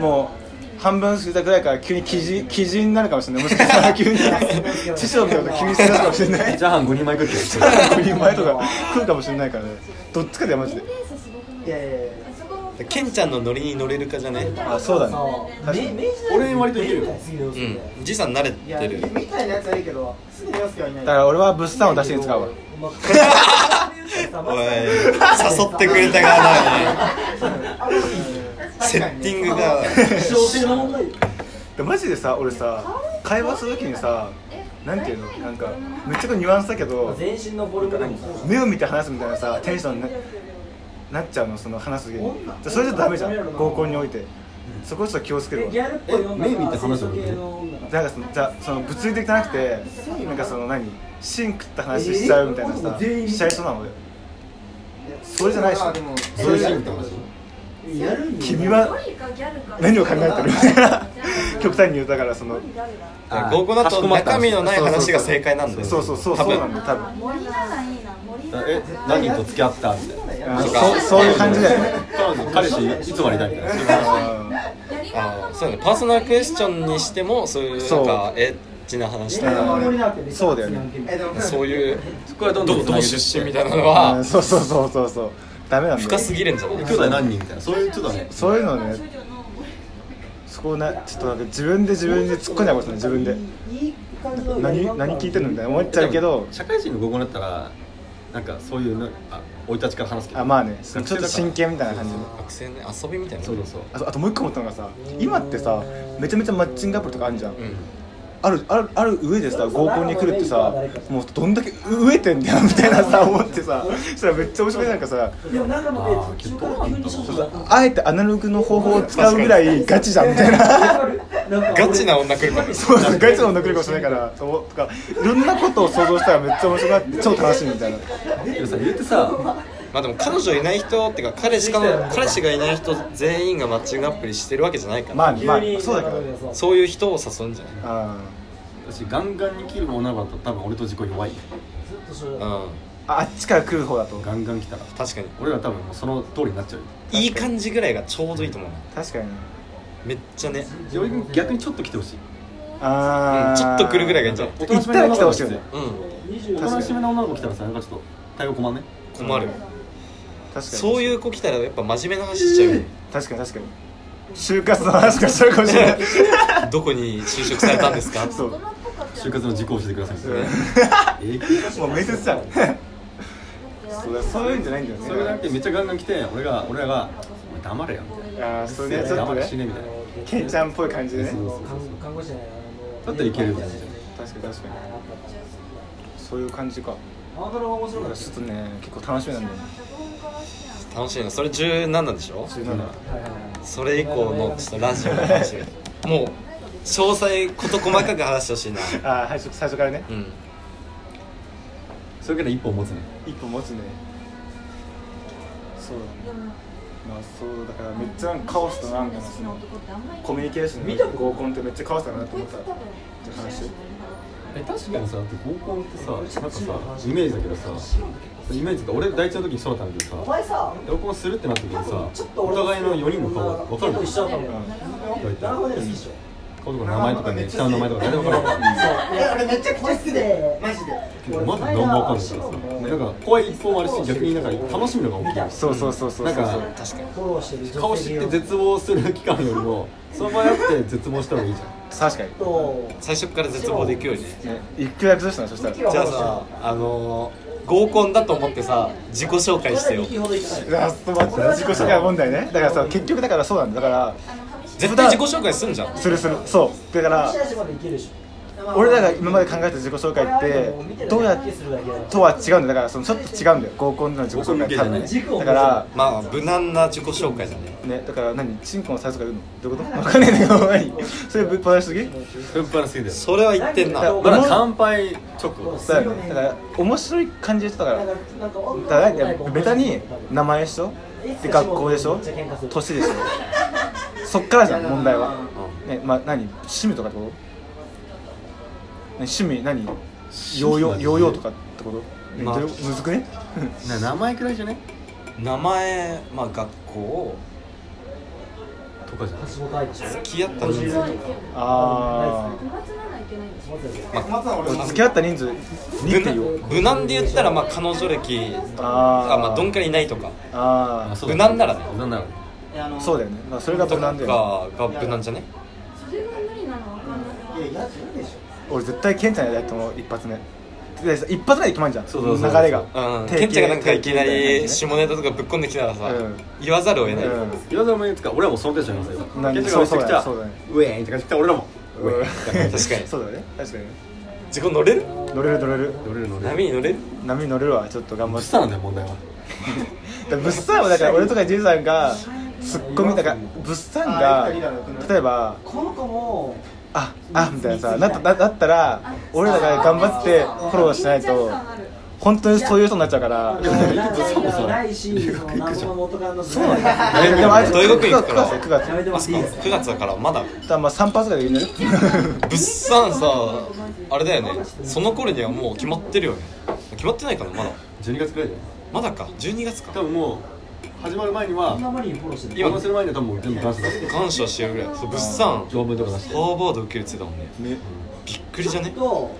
もう半分過ぎたぐらいから急に記事記事になるかもしれないもしかしたら 急に師匠みたいなこと気にしだすかもしれ ない
チャーハン5人前食って
5人前とか来るかもしれないからねどっちかだよマジで
いやいやいや
ケンちゃんのノリに乗れるかじゃね
あそうだね
そう
確かに
め明治大
俺割といけるよ
う
うん
んじいさん慣れ
いや
てる
みたいなやつはいいけどすぐに陽介はいない
だから俺は物産を出しに使うわ
おい誘ってくれた側なのにセッティングが
小生の問題
でマジでさ俺さ会話するときにさなんていうのなんかめっちゃニュアンスだけど
全身のボルムが
目を見て話すみたいなさテンションにななっちゃうのその話す時にじゃそれじゃダメじゃん合コンにおいてそこちょっと気をつけるわ
ギャルっぽい女
え目見て話すの
清楚系の女
だからそのじゃその物理的じゃなくてなんかその何芯食った話しちゃうみたいなさ、
えー
しちゃいそうなのよそれじゃないでしょ
そういうシーンって話
やるんだ
君は何を考えてるみたいな極端に言うだからその
合コンだと中身のない話が正解なんだよ
そうそうそう
多
そう
分
なんだよ多分
森永いいな森永
え何人と付き合ったみたいな
あそうそういう感じだよね
彼女彼氏いつまでいたみたいな
あーそうだねパーソナルクエスチョンにしてもそういうな
そ
ん
う
かエッチな話とか
うんそうだよね
そういう
そこはど
ど
んどん繋
どう
げて
出身みたいなの
う
は
んそうそうそうそうそうダメなんだ
深
よ
すぎるんじゃない
兄弟何人みたいなそういうちょっとね
そういうのねそそこをなちょっとなんか自分で自分で突っ込んじゃうことね自分で
いい感じの
何何聞いてんのみたいな思っちゃうけど
社会人の午後になったらなんかそういうのあ生い立ちから話すけど
あまあねちょっと真剣みたいな感じで
学生ね遊びみたいな
そうそうそう
あとあともう一個思ったのがさ今ってさめちゃめちゃマッチングアプリとかあるじゃん、
うん
あるあるある上でさ合コンに来るってさもうどんだけ飢えてんだよみたいなさ思ってさそれめっちゃ面白いなんかさ
でもなんかもう
あー
ね途中から急にショ
そう
ッ
そ
ト
うあえてアナログの方法を使うぐらいガチじゃんみたいな
ガ
ガチな女来るかも
そうそうガチの女来るかもしれないからそうとかいろんなことを想像したらめっちゃ面白くなって超楽しいみたいな
でもさ言ってさ
まあでも彼女いない人ってか彼氏か彼氏がいない人全員がマッチングアプリしてるわけじゃないから、
まあねまあそうだけど
ど
そういう人を誘うんじゃない
あ
私ガンガンに切る女の子だと多分俺と自己弱い
うん
ああっちから来る方だと
ガンガン来たら
確かに
俺ら多分もうその通りになっちゃうよ
いい感じぐらいがちょうどいいと思う
確かにね
めっちゃね
より逆にちょっと来てほしい
ああ
うんちょっと来るぐらいがいいんじゃない
おと
行
な
っ
しめの
たら来てほ
女の子
しいよね
う
お
ん
となしめの女の子来たらさなんかちょっと対応困んね
困る
確かに
そういう子来たらやっぱ真面目な話しちゃうよ
確かに確かに就活の話がしちゃうかもしれない
どこに就職されたんです か
そう
大人っぽかった
就活の事故をしてくださいみたいなねえぐい
もう面接じゃんそうそういうんじゃないんだよね
それなんてめっちゃガンガン来て俺が俺らが「お前黙れよ」みたいな
ああそれねちょっと
黙れ死ね
ね
みたいな
ケンちゃんっぽい感じでね
そうそうそうそう
看護師じゃない
だったらいけるよね
確かに確かにそういう感じか
ハードルが面白
だ
か
か
っ
らちょっとね結構楽しみなんだよね
楽しいなそれ17でしょ
17
たはいはいはい
それ以降のちょっとラジオの話もう詳細事細かく話してほしいな
ああ最初最初からね
うん
それから一本持つね
一歩持つねそうだねまあそうだからめっちゃカオスとなんかのそのコミュニケーションの合コンってめっちゃカオスだなと思ったって話
え確かにさだって合コンってさなんかさイメージだけどさイメージって俺大地の時にそうだったんだけど
お
さ
前さ
合コンするってなった時にさ
ちょっと
お
俺
互いの4人の顔分かる
結構一緒だと
う
思うん
意
なるほ
外と
どね好きでしょ
顔とか名前とかね下の名前とか誰でも分かる
いや俺めっちゃくちゃ好きでマジで
けどまだ何も分かんないからさなんか怖い一方もあるし逆になんか楽しみのが大きい
そうそうそうそう
な
そ
ん
う
か
確かに
フォローしてる女性
顔知って絶望する期間よりもその場合あって絶望した方がいいじゃん
確かに
と
最初から絶望できるよね
ね一級役どうしたのそしたら
じゃあさあのー合コンだと思ってさ自己紹介してよ
2匹ほど行きたい
ラストマッチの自己紹介問題ねだからさ結局だからそうなんだだか
絶対自己紹介すんじゃん
らするするそうだから
試合まで行けるでしょ
俺らが今まで考えた自己紹介ってどうやってとは違うんだよだからそのちょっと違うんだよ合コンの自己紹介多分ねだから
まあ無難な自己紹介だね
ねだから何チンコのサイズとか言うのどういうことわかんないんだけど何それぶっ放しすぎ
分派すぎだよ
それは言ってんな
だ
う
まだ乾杯直後
だよねだから面白い感じでしたからだ
なんか
からなんかベタに名前でしょで学校でしょ年でしょそっからじゃん問題は、ねまあ、何趣味とかってことね趣味何ヨーヨーヨーヨーとかってこと、ね
まあ
どういうむずくね
な名前くらいじゃね
ん名前まあ学校
とかじゃない
橋本愛でしょ
付き合った人数とか
ああ付き合った人数2って言おう
無難で言ったらまあ彼女歴
あー
あまあどんくらいいないとか
ああ
あ
そ
そうだ
無難ならね
無難ならね
うだよね、まあ、それが
と
無
か
難だよ
が無難じゃね
俺絶対ケンちゃんやりたいと思う一発目でさ一発目で決まんじゃん
そうそうそう
流れが
うん
定型
ケンちゃんがなんかいきなり
定
下ネタとかぶっこんできたらさ
うん
言わざるを得
型
ない
みたいなね
岩沢も言うつか俺らもその手じゃないですよ
なん
ケンちゃんがしてきた
そうそうだね
ウェーンって感じで来た俺らも
うんうん
確かに
そうだね確かにね
自己乗れる
乗れる乗れる
乗れる乗れる
波に乗れる
波乗れるわちょっと頑張
マ
っ
ス
て
ターなんだよ問題は
だから物産はだから俺とかじいさんがツッコミだから物産が例えば
この子も
ああみたいなさなったななったら俺らが頑張ってフォローしないと本当にそういう人になっちゃうから
名前がないしその謎の元カノそうなん
えでもあいつ
大
9
学
月
院行くから
9月
やめて
だ
ま
あ
す
そ
い
こ
いです
9月だからまだ
からまあ3発ぐらいでいいんだよ
物産さあれだよねその頃にはもう決まってるよね決まってないかなまだ
12月くらいじゃない
まだか12月か
多分もう始まる前には
今までにフォローしてる
今乗せる前には多分もう全部出す出す
感謝してるぐらいそう物産ハ
条文とか出して
ーバード受けるって言ってたもんね
ねね
びっくりじゃね
と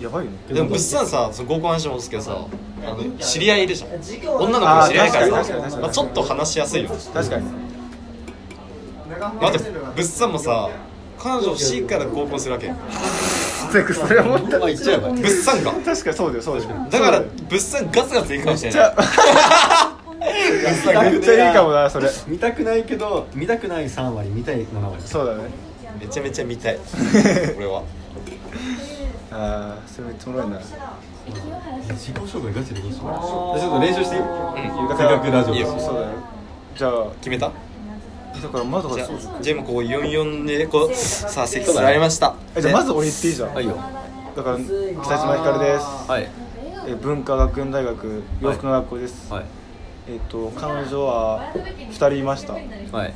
やばいよね
でも物産さその合コン話もですけどさあの知り合いいるじゃん女
女
の子も知り合いから
あー確かに確か
さ、
に
まあ、ちょっと話しやすいよ
確かに
確
待って物産もさ彼女を C から合コンするわけ
それ思った
まあ言っちゃえば
物産が
確かにそうだよそうだよ
だから 物産ガツガツいくかもしれない
めっちゃいいかもなそれ
見たくないけど見たくない3割見たい7割
そうだね
めちゃめちゃ見たい俺は
ああそれめっちゃおもろいな
自己紹介ガチでどうしようちょっと練習していい、
う
せっかくラジオ
いい
だし
よそうだよじゃあ
決めた
だからまず
じ
は
ゃ
そうじ
あジェイもこう44でこうさあ席座りました
ゃんじゃあまず俺言っていいじゃん
はいよ
だから北島ひかるです
はい
え文化学園大学洋服の学校です、
はい
えっと彼女は2人いましたはい
はい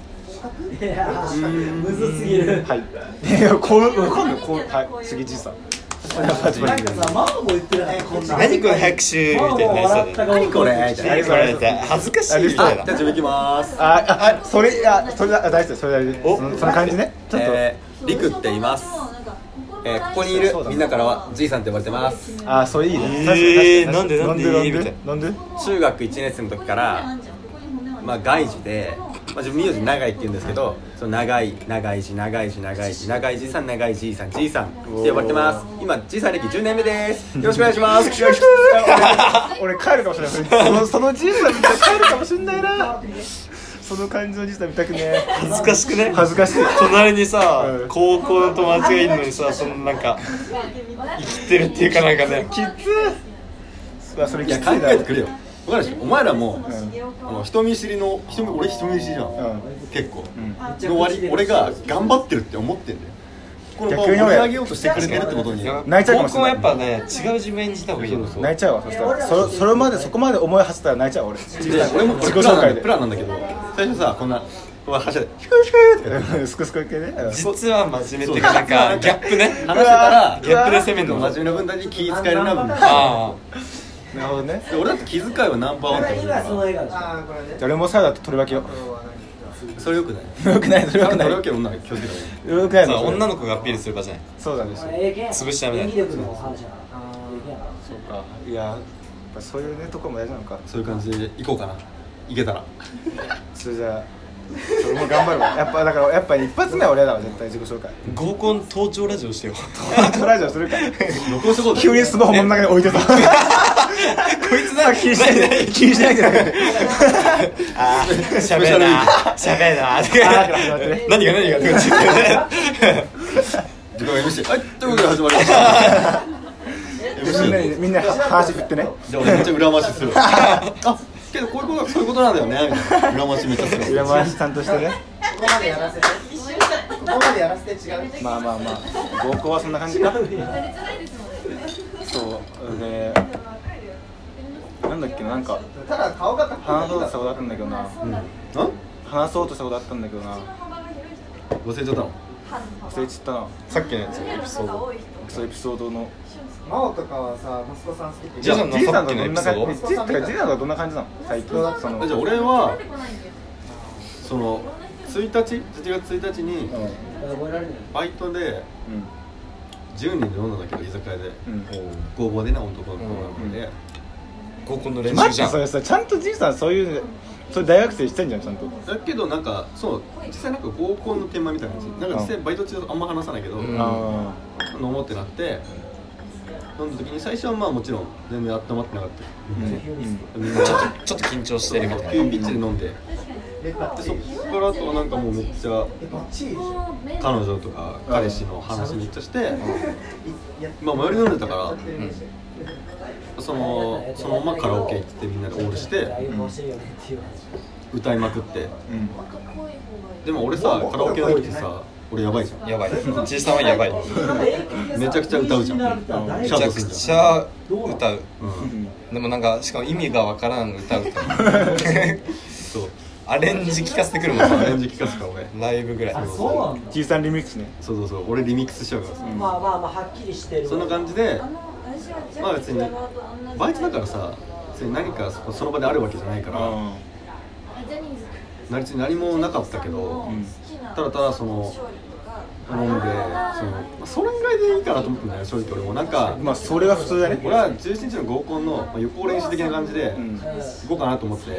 いやーむずすぎる
いやこうわかんないこうはい杉じいさんパチパ
なん
チ
かさママも言ってるねこんなん
何この拍手みたい
ママ
に
も
な
笑
り
っ
そう
た
だね
顔
何これみた
い
何
な
これみたいな恥ずかしいみたい
じゃあ
な
自分行きます
あああそれあそれあ大丈夫それ大丈夫そのその感じねちょっと、
えー、リクって言います、えー、ここにいるみんなからはじいさんって呼ばれてます
あそれいいね
えー
確かに確かに
なんで
なんで
な
なんでなんで
中学1年生の時から、まあ、外事で、まあ、自分名字長いって言うんですけどその長い長い字長い字長い字長いじいさん長いじいさんじいさんって呼ばれてます今じいさん歴10年目ですよろしくお願いしますよろしく
俺俺帰るかもしれない そのそのじいさん見たら帰るかもしれないなその感じのじいさん見たくね
恥ずかしくね
恥ずかしい
隣にさ、
うん
高校の友達がいるのにさそのなんか生きてるっていうかなんかね
きつあそれ
い
きつ
や
い
考
な
えてくれよ分かるでしょお前らも
うん
あの人見知りの人見俺人見知りじゃん、
うん
結構、
ん
の割俺が頑張ってるって思ってんだよこの場を盛り上げようとしてくれてるってことに
泣いちゃうかも
高
しれな
校は
い
やっぱね違う自分演じた方がいいよ
泣いちゃうわそしたらそそれまでそこまで思いはせたら泣いちゃう俺
で俺もこれ
自己紹介で
プランなんだけど最初さこんなこうはしゃいで「
うんすくすく系ねうん
実は真面目っていうかなんかギャップね
話してたら
ギャップで攻めるの
真面目な分だけ気遣えるな分
あ
なるほどね
で俺だって気遣いはナンバーワンって思ってる
今その
か
笑顔でしょ
じゃあ俺もサラダと取り分けよ
らそれよくない
うよくないそれよくない
それ
よ
よくない女は気をつけた方がいい
くな
あ
い
そう女
の
の子がアピールする場じゃない
そうだねそ
潰してやめない
演技力の話だから
うかいややっぱそういうねとこも大事なのか
そういう感じで行こうかな行けたら
それじゃあ俺も頑張るわやっぱだからやっぱ一発目は俺だわ絶対自己紹介
合コン盗聴ラジオしてよこ
トラジオするか
録音してこう
急にスマホ真ん中に置いてた
いつな気に しないで
気にしないで
あーしゃべえなしゃべえなと
だから始まってね
か何が何がとか
自己 MC はいということで始まりました
みんな
MC
にみんな話振ってね
じゃあ俺めっちゃ裏回しするあけどこういうことはそういうことなんだよねみたいな裏回しめっちゃする
裏回し担当してね
ここまでやらせてここまでやらせて違う
まあまあまあ合コンはそんな感じかそうでなんだっけななんか
ただ顔がかっ
話そう
こ
と
いい
したことあったんだけどな
あ
話そうとしたことあったんだけどな
忘れちゃったの
忘れちゃったな
さっきのやつエピソード
そうエピソードの
真央とかはさ息子さん好きって
じゃあ
じいさんと
さっきの
ど
エ
んな
ピソー
感
ド
じじいてかじいさんとはどんな感じなの最近その
じゃあ俺はその1日1月1日に
うん
覚えられない
バイトで
うん
10人で飲んだんだけど居酒屋で、
うん
合法でね男の子の子で、
合コンの練
待
習
っ
じゃ
て
ん
それさちゃんとじいさんそういうそれ大学生してんじゃんちゃんと
だけどなんかそう実際なんか合コンの手前みたいな感じなんか実際バイト中あんま話さないけど、
うん
飲
あ
もうってなって飲んだ時に最初はまあもちろん全然温まってなかった
あうん
みんな
ちょっとちょっと緊張してるみたい
急
な
にピッチで飲んでで
えバッチ
そ
リ
こからあとはなんかもうめっちゃ
えバッチリでしょ
彼女とか彼氏の話めっちゃして、
いや
まあ最寄り飲んでたから
ん
そのそのままカラオケ行ってみんなでオールして
欲しいよねっていう話
歌いまくって
うん
でも俺さカラオケの時さ俺やばいじゃん
やばいじいさんはやばい
めちゃくちゃ歌うじゃん
うん
めちゃくちゃ歌う
うん
でもなんかしかも意味がわからん歌うと
そう
アレンジ聞かせてくるもん
アレン
ね
ジ聞かすから俺
ライブぐらい
あそうなんだ
じいさんリミックスね
そうそうそう俺リミックスしちゃうからさ
まあまあまあはっきりしてる
そんな感じでまあ別にバイトだからさ別に何かそその場であるわけじゃないから
あ
なりつに何もなかったけど、ただただその飲んでそうそれぐらいでいいかなと思ってんだよ正直俺もなんか
まあそれは普通だね
俺は17日の合コンのまあ予行練習的な感じで
うん
行こうかなと思ってて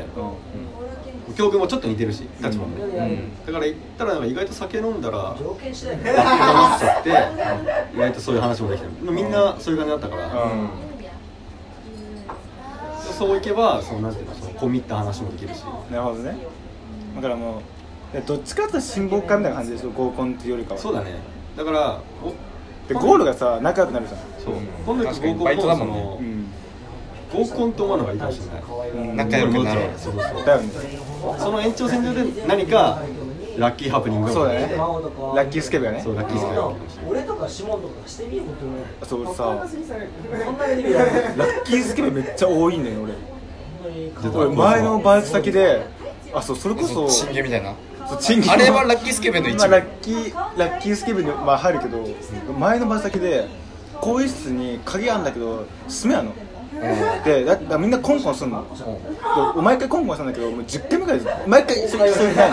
うん
教訓もちょっと似てるし立場もね、
うん
だから行ったらなんか意外と酒飲んだら
条件次第
黙っちゃって意外とそういう話もできてみんなそういう感じだったから、
うん
そういけばそのなんていうのその込み入った話もできるし
なるほどねだからもうでどっちかというと親睦家みたいな感じでしょ合コンっていうよりかは
そうだねだからお
でゴールがさ仲良くなるじゃん
そう
うん
今度行く合コンも
確かにバイトだもんね
その
うん
合コンと思わない方がいいかもしれない
仲良くなろう
そうそうそう
だよね
その延長線上で何かラッキーハプニングが
そうだねラッキースケベがね
そうラッキースケベが起きました
俺とかシモンとかしてみようと思う
そうさ
こんなに見るやん
ラッキースケベめっちゃ多いんだよね
出た
俺俺前のバイト先であそうそれこそ
チンゲみたいな
そうチンギ
あれはラッキースケベの一
まあ、
部
ラッキーラッキースケベに、まあ、入るけど、前の場先で更衣室に鍵あんだけど閉めやんの、でだだみんなコンコンすんの、で毎回コンコンしたんだけどもう10回目ぐらい毎回それそれない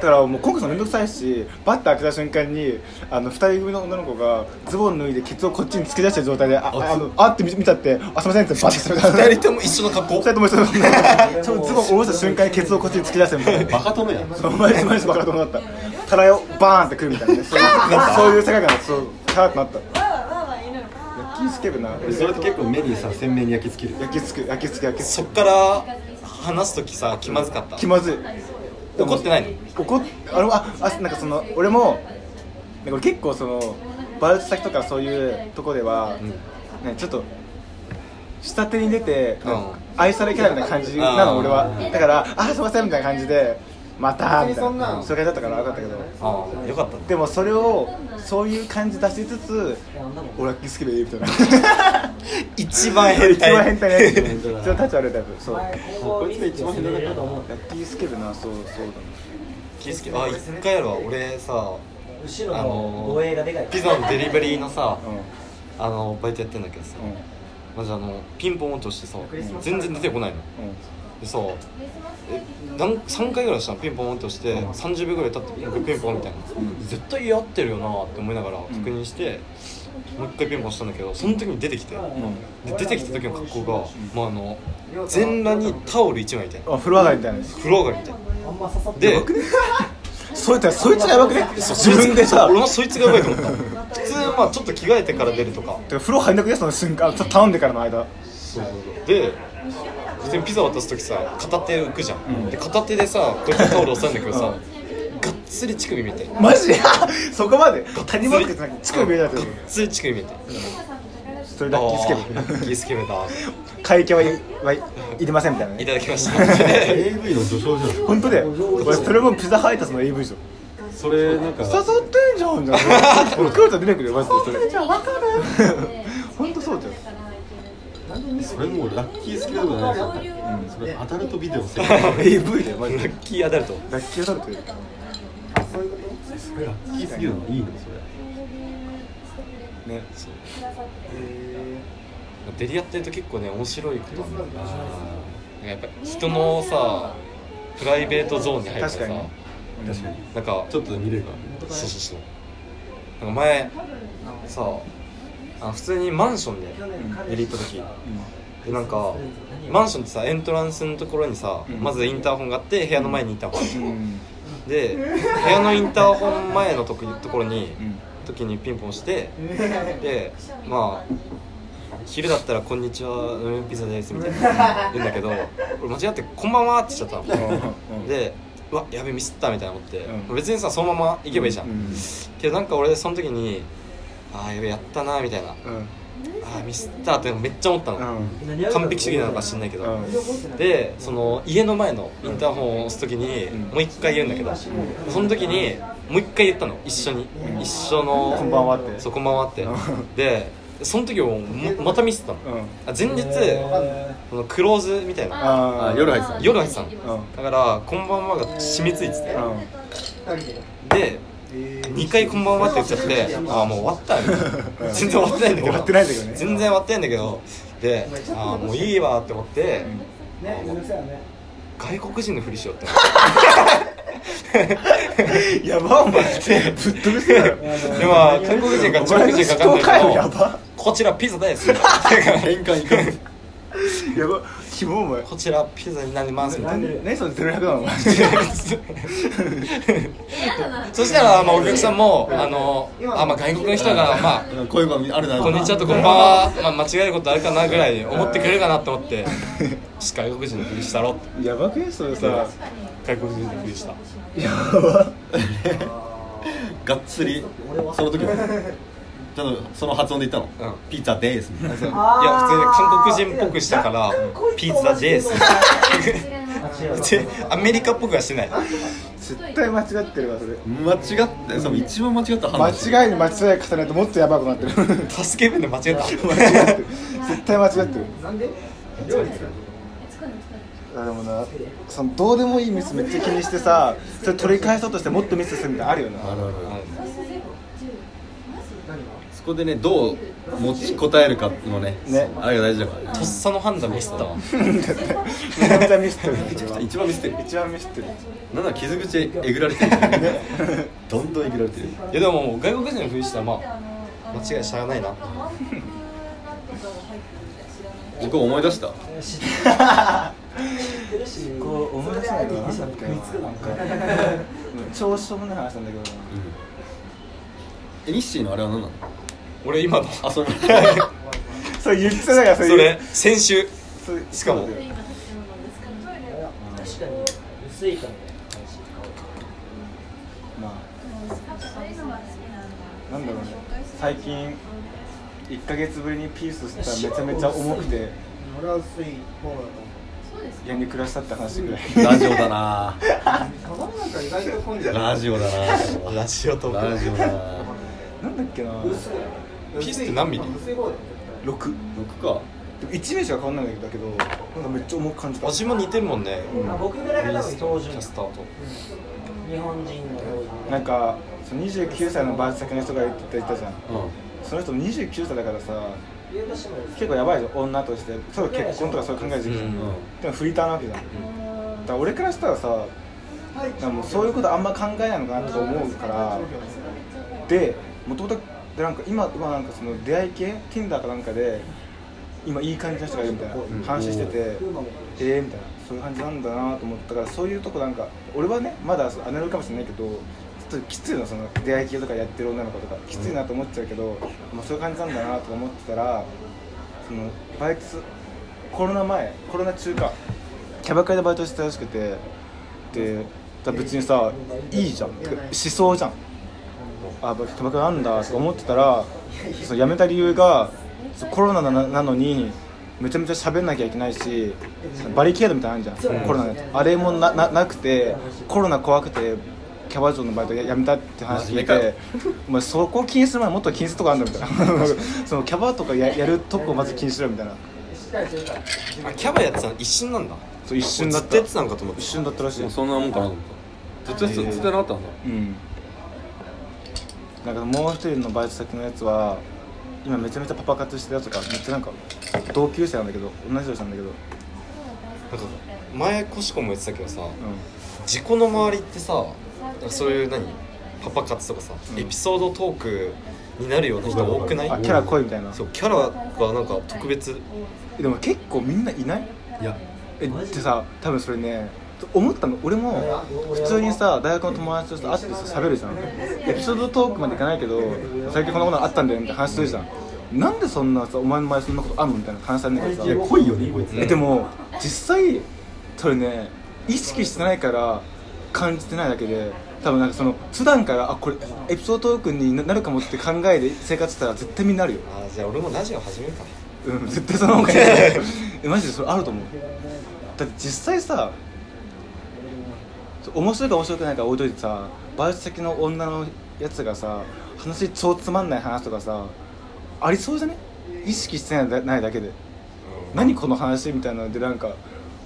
だからもうコンコンするのめんどくさいしバッて開けた瞬間にあの2人組の女の子がズボン脱いでケツをこっちに突き出した状態でああのあって見見ちゃって「あすいません」ってバッて閉めた
二 人とも一緒の格
二
好
人とも一緒だった ちょズボン下ろした瞬間にケツをこっちに突き出してみたいな
バカ殿やん
そうマジマジバカと思ったたらよバーンってくるみたいなねそういうそういう世界観だそうたらってなった
わーわーわーわーいるのか
焼きつけるな
それって結構目にさ鮮明に焼き付ける
焼きつく焼きつく焼きつ
そっ
く
から話す時さ気まずかった
気まずい
怒ってないの
怒っあれはあなんかその俺もなんか俺結構そのバイト先とかそういうとこでは、ね、ちょっと下手に出て、
うん
愛されキャラみたいな感じな
あ
の
ー
俺はだから「あーすいません」みたいな感じで「また」みたいなそういう感じだったからよかったけど
ああよかった
でもそれをそういう感じ出しつつ「俺は好きだよ」みたいな
一番変
一
態
番変態なやつ一
変態だ
番立ち悪いタイプそうラ
前今後いつ一番変だと思う
ッキースケベなそうそう
気づけあ一回やるわ俺さ
後ろの護衛がでかい
ピザのデリバリーのさ
だね
あのバイトやってんだけどさ
うんうん
まずあのピンポンとしてさ全然出てこない
う
の
ん
でさえなん3回ぐらいしたのピンポンって押して30秒ぐらい経ってもう一回ピンポンみたいな絶対合ってるよなって思いながら確認してもう一回ピンポンしたんだけどその時に出てきてで出てきた時の格好がまああの全裸にタオル1枚みたいな
あ風呂上がりみたいな
風呂上がりみたい
あんま刺さっ
な
て
で
そいつそいつがやばくね
そ
自
いつ
分でさ
俺もそいつがやばいと思った普通まあちょっと着替えてから出るとか
てか風呂入んなくてその瞬間ちょっと頼んでからの間
で普通にピザ渡す時さ片手浮くじゃん、で片手でさこうやってタオル押さえんだけどさ、がっつり乳首見えてる
マジ そこまで谷間ってなくて近く見えないって
が
こ
っつり乳首見えてる
とそれラッキースケ
あラッキースケベだ
ベ会計はいはいいりませんみたいないね
ただきました
AV の序章じゃん
本当だよ俺それもピザ配達の AV でしょ
それなんか
誘ってんじゃんじゃん俺来ると出てくるよマジでそれじゃ分かる本当そうじゃん
それもうラッキースケールじゃないですかそれアダルトビデオ世
AV だよマジ
ラ
で
ッキーアダルト
ラッキーされてる
それラッキーすぎるのいいのそれ
ね
デリやってると結構ね面白いことあるんだよなやっぱ人のさプライベートゾーンに入ってさ
確かに
確かに
なんか
ちょっと見れるからね
そうそうそうなんか前さあ普通にマンションでデリ行った時でなんかマンションってさエントランスのところにさ、
ん
まずインターホンがあって部屋の前にインターホンある
うんうん
で部屋のインターホン前のとこところに、
うん
時にピンポンしてでまあ昼だったら「こんにちは飲みピザです」みたいな言うんだけど俺間違って「こんばんは」って言っちゃったの
うん
で「うわやべミスった」みたいな思って、
うん
別にさそのまま行けばいいじゃん、
うん
けどなんか俺その時に「ああやべやったな」みたいな「
うん
ああミスった」ってめっちゃ思った
う
の、
ん
完璧主義なのか知んないけど、
うん
でその家の前のインターホンを押す時に
ん
もう一回言うんだけどその時にもう一回言ったの一緒に一緒の
こんばんはって
そうこんばんはって
うん
でその時もままたミスったの
うん
あ前日そのクローズみたいな
あ
あ
ー
夜入ってた
夜入ってたの
うんうん
だから「こんばんは」が染みついててで2回「こんばんは」って言っちゃ ってああもう終わったよ全然終わってないんだけど
終わってないんだけどね
全然終わってないんだけどでああもういいわって思って
ね、うるさいよね
外国人のふりしようって
やばお前ってぶっ飛びすぎだろ
でまあ韓国人か中国人か
お前のスト
分
ーカ
か
ー
ん
よ
ない
や
けど
ば
こちらピザです
変換いく
やばキモお前
こちらピザになりますみた
ないん
な
で何そのゼロ百なのお前
そしたら、まあ、お客さんも、あの、あ、まあ、外国の人が、まあ。
こういうのあるだろ
こんにちはとこんばんは、まあ、間違えることあるかなぐらい思ってくれるかなと思って。し外国人のふりしたろって、
やばくねそれさ
外国人のふりした。
やば
がっつりその時はちょっとその発音で言ったの、
うん
ピザでーすみたいない
や、普通に韓国人っぽくしたから、ピザです。でアメリカっぽくはしてない。
絶対間違ってるわそれ
間違ってその一番間違った
間
話
違いに間違い重ねるともっとやばくなってる
助け分で間違えた。
間違ってる絶対間違ってるあでもなそのどうでもいいミスめっちゃ気にしてさそれ取り返そうとしてもっとミスするみたいなのあるよな
あるある
うん
そこでねどう持ちこたえるかのね
ね
あれが大事だから
とっさの判断ミスったわ。
めちゃめちゃミスってるそれは
一番見せてる
一番ミスってる
なんなら傷口えぐられ てるからねどんどんえぐられてる
いや、でも、もう外国人のふりしたら、まあ、間違いしゃあないな。
僕思い出した
こう思い出せないからなんか 調子ともない話なんだけど
え日誌のあれは何なの
俺、今の。
あそれ
それ言ってたからそ
それ先週
それ
しかも
確かに薄いかもね
まあなんだろうね最近1ヶ月ぶりにピースしたらめちゃめちゃ重くて
俺は薄い方だと思
家に暮らしたって話ぐらい
ラジオだな
うカバンなんか意外と混んじゃない
ラジオだな
ラジオト
ラジ
ー
オだな
なんだっけな
クピースって何ミリ
薄い方だよ
6
6か
1名しか変わんないんだけどなんかめっちゃ重く感じた
味も似てるもんね
あ僕ぐらいが多分標
キ
準
ャスターと
日本人の標準
なんかその29歳のバイト先の人が言ってたじゃん
う
その人も29歳だからさ
言うとしてもです
結構やばいじゃん女としてそう結婚とかそういう考える時期じゃん、
うん
うん
でもフリーターなわけじゃん、だから俺からしたらさなんかもうそういうことあんま考えないのかなとか思うからでもともとでなんか今はなんかその出会い系 Tinder かなんかで今いい感じの人がいるみたいな話してて、えーみたいなそういう感じなんだなと思ったからそういうとこなんか俺はねまだそうアナログかもしれないけどちょっときついのその出会い系とかやってる女の子とかきついなと思っちゃうけど、まあ、そういう感じなんだなとか思ってたらそのバイトすコロナ前コロナ中かキャバクラでバイトしてたらしくてでだから別にさいいじゃんてか思想じゃんあキャバクラあんだとか思ってたらそう辞めた理由がそうコロナななのにめちゃめちゃ喋んなきゃいけないしバリケードみたいなのあるじゃんコロナのやつあれもなななくてコロナ怖くてキャバ嬢のバイトや辞めたって話聞い
真面目
てお前そこ気にする前にもっと気にするとこあるんだみ たいなそのキャバとかややるとこをまず気にしろみたいな
あキャバやってたの一瞬なんだ
そう一瞬だっ
ずったとやってたんかと思って
一瞬だったらしい
んもうそんなもんかなと思ったずっとやつずっとやらなかったんだ
うんなんかもう一人のバイト先のやつは今めちゃめちゃパパ活してるやつがめっちゃなんか同級生なんだけど同じ年なんだけどうん
なんか前コシコも言ってたけどさ自己の周りってさそういう何パパ活とかさ、
うん
エピソードトークになるような人多くない
あキャラ濃いみたいな
そうキャラがなんか特別
でも結構みんないない
いや
えってさ多分それね思ったの俺も普通にさ大学の友達と会ってさ喋るじゃんエピソードトークまでいかないけど最近こんなことあったんだよみたいな話するじゃんなんでそんなさお前の前そんなことあんのみたいな話されんだけどさ
いや濃いよねこいつ
えでも実際それね意識してないから感じてないだけで多分なんかその普段からあこれエピソードトークになるかもって考えで生活してたら絶対みんなあるよ
あじゃあ俺もラジオ始めるか
うん絶対その方がいいえマジでそれあると思うだって実際さ面白いか面白くないか置いといてさバイト先の女のやつがさ話超つまんない話とかさありそうじゃね意識してないだないだけで何この話みたいなのでなんか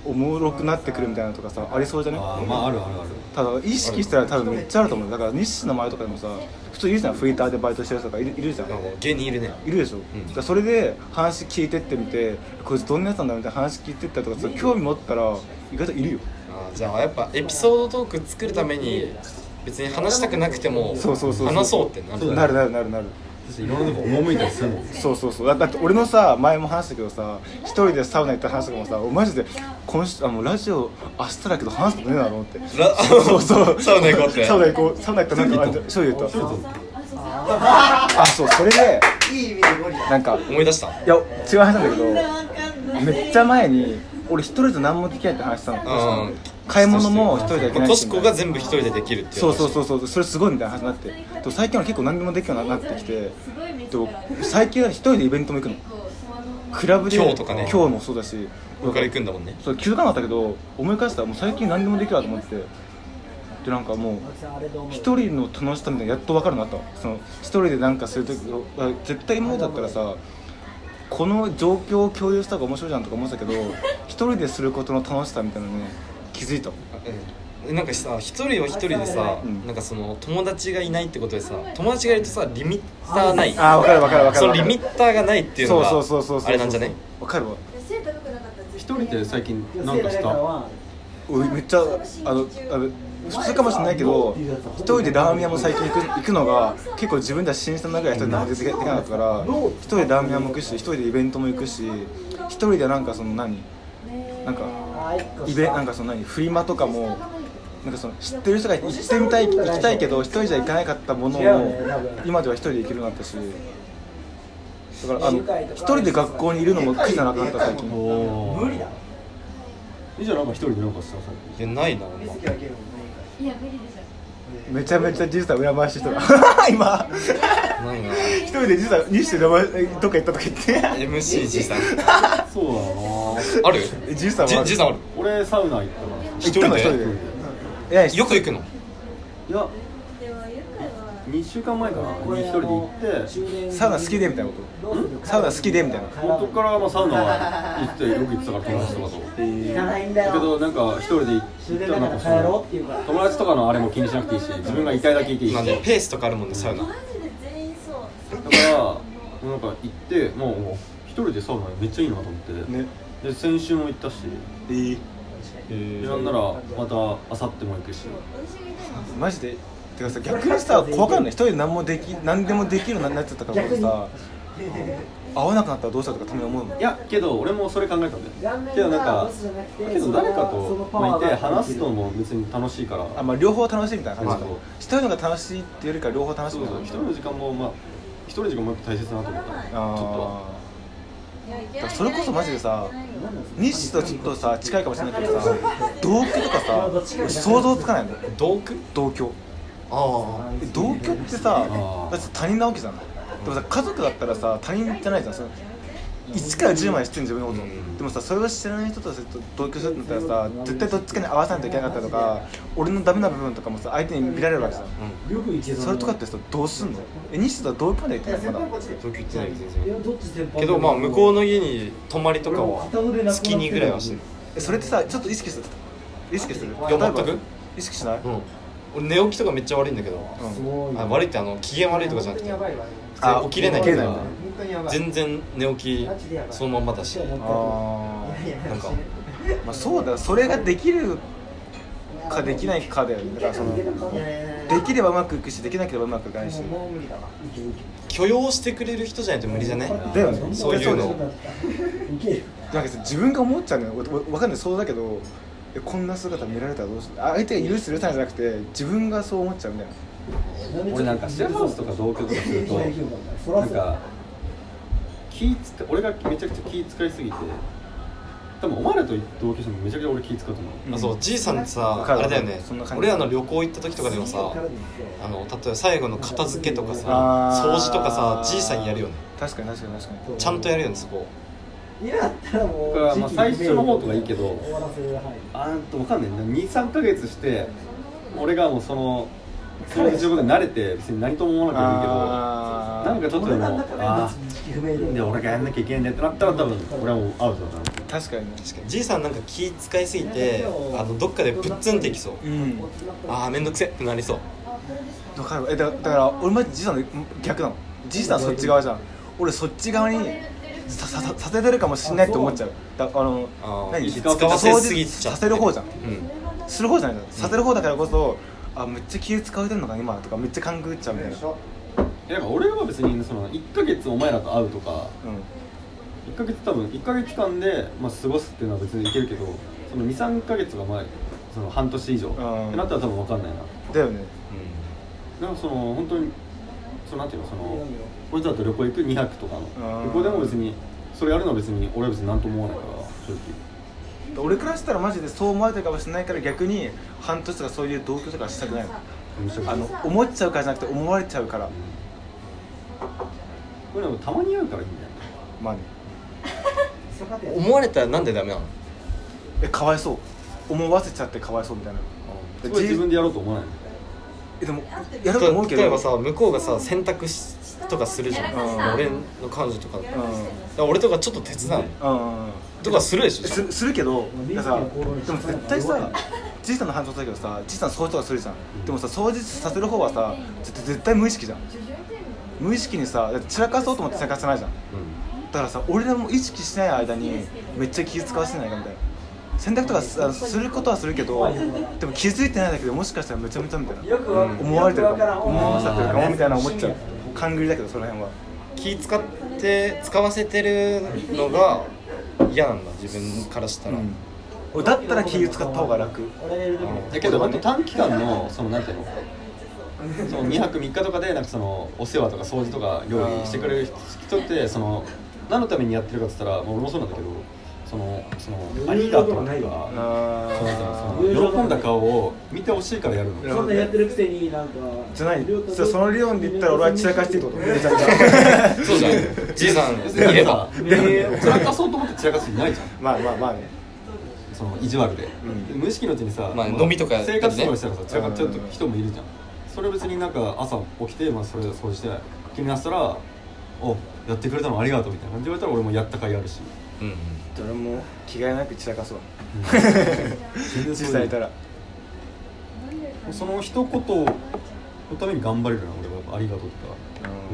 おもろくなってくるみたいなのとかさありそうじゃね
あーまああるあるある
ただ意識したら多分めっちゃあると思うだから日誌の前とかでもさ普通いるじゃんフリーターでバイトしてる人とかいるいるじゃん
ななんか芸人いるね
いるでしょ、だからそれで話聞いてってみてこいつどんなやつなんだみたいな話聞いてったりとかさ興味持ったら意外といるよ
ああーじゃあやっぱエピソードトーク作るために別に話したくなくても
そうそうそう
話そうってな る
なるなるなるなる
そしていろんなとこ赴いたりするもん
そうそうそうだだって俺のさ前も話したけどさ一人でサウナ行った話とかもさマジで今週あもうラジオ明日だけど話すことねえなと思って
ら
そうそう
サウナ行こうって
サウナ行こうサウナ行ったなんかあ一人で行ったあそうそれで
いい意味でゴリラ
なんか
思い出した
いや違う話なんだけど
め
めっちゃ前に俺一人と何もできないって話したの、
うん
買い物も一人で行けない
ト
し
シコが全部一人でできるっていう
そうそうそううそうそれすごいみたいな話になってでも最近は結構何でもできるようになってきてで最近は一人でイベントも行くのクラブで
今日とかね
今日もそうだし
これから行くんだもんね
そう気づかなかったけど思い返したらもう最近何でもできるなと思ってでなんかもう一人の楽しさみたいなのやっと分かるなとその一人でなんかする時は絶対今までだったらさこの状況を共有した方が面白いじゃんとか思ってたけど 一人ですることの楽しさみたいなのね気づいた
うんなんかさ一人は一人でさ、
うん
なんかその友達がいないってことでさ友達がいるとさリミッターない
あー分かる分かる分かる
そのリミッターがないっていうの
そう
が
そうそうそうそう
あれなんじゃない
分かるわ
一人で最近
寄
なん
せ
か
ら
し
れた
た
のは
俺めっちゃあのあの普通かもしれないけど一人でラーメン屋も最近行く行くのが結構自分では新鮮なぐらい一人で何でできなかったから一人でラーメン屋も行くし一人でイベントも行くし一人でなんかその何なんか
あ一個
イ
下
ベなんかその何フリマとかもなんかその知ってる人が行ってみたい行きたいけど一人じゃ行かなかったもの
違う
を
ね多分
今では一人で行けるようになったしだからあの一人で学校にいるのも苦じゃなくなった最近
お
無理だ
以上なんか一人でなんかした最
いやないなあんま
水木はゲーム
いや無理でし
めちゃめちゃジュースさん羨ましい人だ今
ないな
一人でジュースさん西で名前どっか行ったとか言って
MC じ いさん
近そうだな
ある
えジュースさん
じ
は
じいさんある
俺サウナ行ったか
行
ら
ったの一
一人
人
で
でいや
よく行くの
いや
ょでもゆかは
2週間前かなに一人で行って
サウナ好きでみたいなことサウナ好きでみたいな
元からまあサウナは行ってよく行ってたから友達とかと
行かないんだ
だけ
よ
どなんか一人で行
終
っ
電
たら
だ
な
か
んから
帰
その
ろうっていうから
友達とかのあれも気にしなくていいし自分がいたいだけいていいし
な
だ
ん
か
でペースとかあるもんねサウナ
マジで全員そう
らもうなんか行ってもうもう一人でサウナめっちゃいいなと思って、
ね
で先週も行ったし
えー
でなんならまた明後日も行くし
マジでてかさ逆にさ怖かんない一人で何もでき何でもできるようになっちゃったからこそさ会わなくなったらどうしたとかたまに思うもん
いやけど俺もそれ考えたんだよけどなんかけど誰かとまあいて話すのも別に楽しいから
あまあ両方楽しいみたいな感じ
そうそう
一人のが楽しいっていうよりか両方楽しい
そう
みたい
そ
な
う一人の時間もまあ一人の時間もやっぱ大切だなと思ったちょっと
あ
は
ーそれこそマジでさ西とちょっとさ近いかもしれないけど さ同居とかさ俺想像つかないの
同居
同居
ああ
同居ってさ
あー
だって他人なわけじゃないでもさ家族だったらさ他人じゃないじゃんその1から10まで知ってる自分のこと、
うん
でもさそれを知らない人とさ同居するんだったらさ絶対どっちかに合わさないといけなかったとか俺のダメな部分とかもさ相手に見られるわけじゃん、
よく行けたな
それとかってさどうすんのえ西田同居まで行ってないまだ
同居行ってない全
いや
然
どっち先輩
けどまあ向こうの家に泊まりとかは月にぐらいはしてる
えそれってさちょっと意識する意識する
いや全く
意識しない、
うん俺寝起きとかめっちゃ悪いんだけど
うん
あ悪いってあの機嫌悪いとかじゃなくて
やばいわ
あ
起きれない
起きれ
か
ない
ら
本当にやばい
全然寝起きそのまんまだし
あ
いやいや
なんか
ーまあそうだよそれができるかできないかだよねだからそので
いやいやいや
きればうまくいくしできなければうまくいかないし
もう無理だわ
許容してくれる人じゃないと無理じゃね
だよね
そういうの
だってなんかさ自分が思っちゃうのよわわかんないそうだけどえこんな姿見られたらどうする相手が許す許さないじゃなくて自分がそう思っちゃうみたいな
俺なんかシェアハウスとか同居とかするとなんか気使俺がめちゃくちゃ気使いすぎて多分お前らと同居してもめちゃくちゃ俺気使うと思う
あそうじいさんって
わ
さ
か
あ
る
れだよね
そんな感じ
俺らの旅行行った時とかでもさあの例えば最後の片付けとかさ
あー
掃除とかさじいさんやるよね
確かに確かに確かに
ちゃんとやるよねそこ
今だったらも
だ
う
からまあ最初の方とかいいけど
終わらせるはい
あーんとわかんない23か月して俺がもうそのその自分で慣れて別に何とも思わなくてもいいけ
あー
どなんかちょっとで
俺らの
も
中で
あ
意識不明
ー
で
で俺がやんなきゃいけないねってなったら多分俺はもうアウトだな
確かに
確かにじいさんなんか気使いすぎてあのどっかでプッツンっていきそう
うん
ああめんどくせってなりそう
わかるえだだから俺マジじいさんの逆なのじいさんそっち側じゃん俺そっち側にささささせてるかもしれないって思っちゃうだあの
あー
何
気使わせすぎちゃっ
さ
て
せる方じゃん
うん
する方じゃないのさせる方だからこそあめっちゃ気使われてるのかな今とかめっちゃ勘ぐっちゃうみたいな
でしょ
だから俺は別にその1ヶ月お前らと会うとか1ヶ月多分1ヶ月間で、まあ、過ごすっていうのは別にいけるけどその23ヶ月が前その半年以上
ん
ってなったら多分分かんないな
うんだよね
でもその本当にそのなんていうのその俺らと旅行行く2泊とか
あ
の
ー
旅行でも別にそれやるのは別に俺は別に何とも思わないから正直
俺からしたらマジでそう思われてるかもしれないから逆に半年とかそういう同居とかしたくないの
むしろ
あの思っちゃうからじゃなくて思われちゃうから
これでもたまに会うからいいんだよね
まあね
そこで
思われたらなんでダメなの
えかわいそう思わせちゃってかわいそうみたいな
すごい自分でやろうと思わないの
えでもやると思うけど
例えばさ向こうがさ洗濯しとかするじゃん、
うん
俺の彼女とかだ
うん
から俺とかちょっと手伝うの
うんうん
とかするでしょ
すするけどだからさでも絶対さじいさんの反応だけどさじいさん掃除とかするじゃんでもさ掃除させる方はさ絶絶対無意識じゃん無意識にさだって散らかそうと思って散らかせないじゃんだからさ俺らも意識しない間にめっちゃ気使わせないかみたいな洗濯とかすあのすることはするけどでも気づいてないだけでもしかしたらめちゃめちゃみたいな
よくわか
思われてる
よくわ
かも思わ
ん
せちゃってるかもみたいな思っちゃう勘繰りだけどその辺は
気使って使わせてるのが嫌なんだ自分からしたら、
うん俺だったら気使った方が楽
俺いる時も
だけど本当短期間のそのなんていうのその2泊3日とかでなんかそのお世話とか掃除とか料理してくれる人ってその何のためにやってるかって言ったら、まあ、俺もそうなんだけどそのそのありがとうとかそうなん
あ
だよその喜んだ顔を見てほしいからやるの
いや
そんなやってるくせになんか
じゃないそその理論で言ったら俺は散らかしていいってことめちゃめちゃ
そうじゃんじいさんいれば
でも散らかそうと思って散らかす人いないじゃん
まあまあまあね
その意地悪で、
うん
無意識のうちにさ、
まあ
もう
飲みとか
生活とかしたらさ
ね
散らかっちゃう人もいるじゃんそれ別になんか朝起きて、まあ、それ掃除して気になったら「おやってくれたのありがとう」みたいな感じで言われたら俺もやった甲斐あるし
うんうん
俺も着替えなく散らかそう
全然
実
そう
際
い
いた
う
ら
その一言のために頑張れるな俺はありがとうと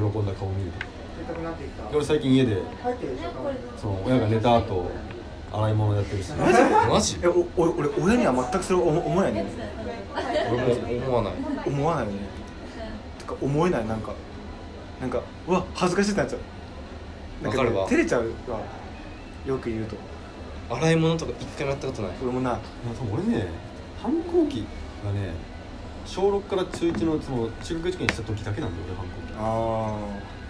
うん
か喜んだ顔見るとか
痛くなってきた
で俺最近家で
入ってるでしょ多分
その親が寝た後洗い物やってるし
マジ
えおお俺親には全くそれ思思えないね
俺も思わない
思わないねてか思えないなんかなんかうわ恥ずかしいってなっちゃうなん
わかるわ
照れちゃうわよく言うと
洗い物とか一回もやったことない
俺もない
や多分俺ね反抗期がね小6から中1のその中学受験した時だけなんだよ俺反抗期
あ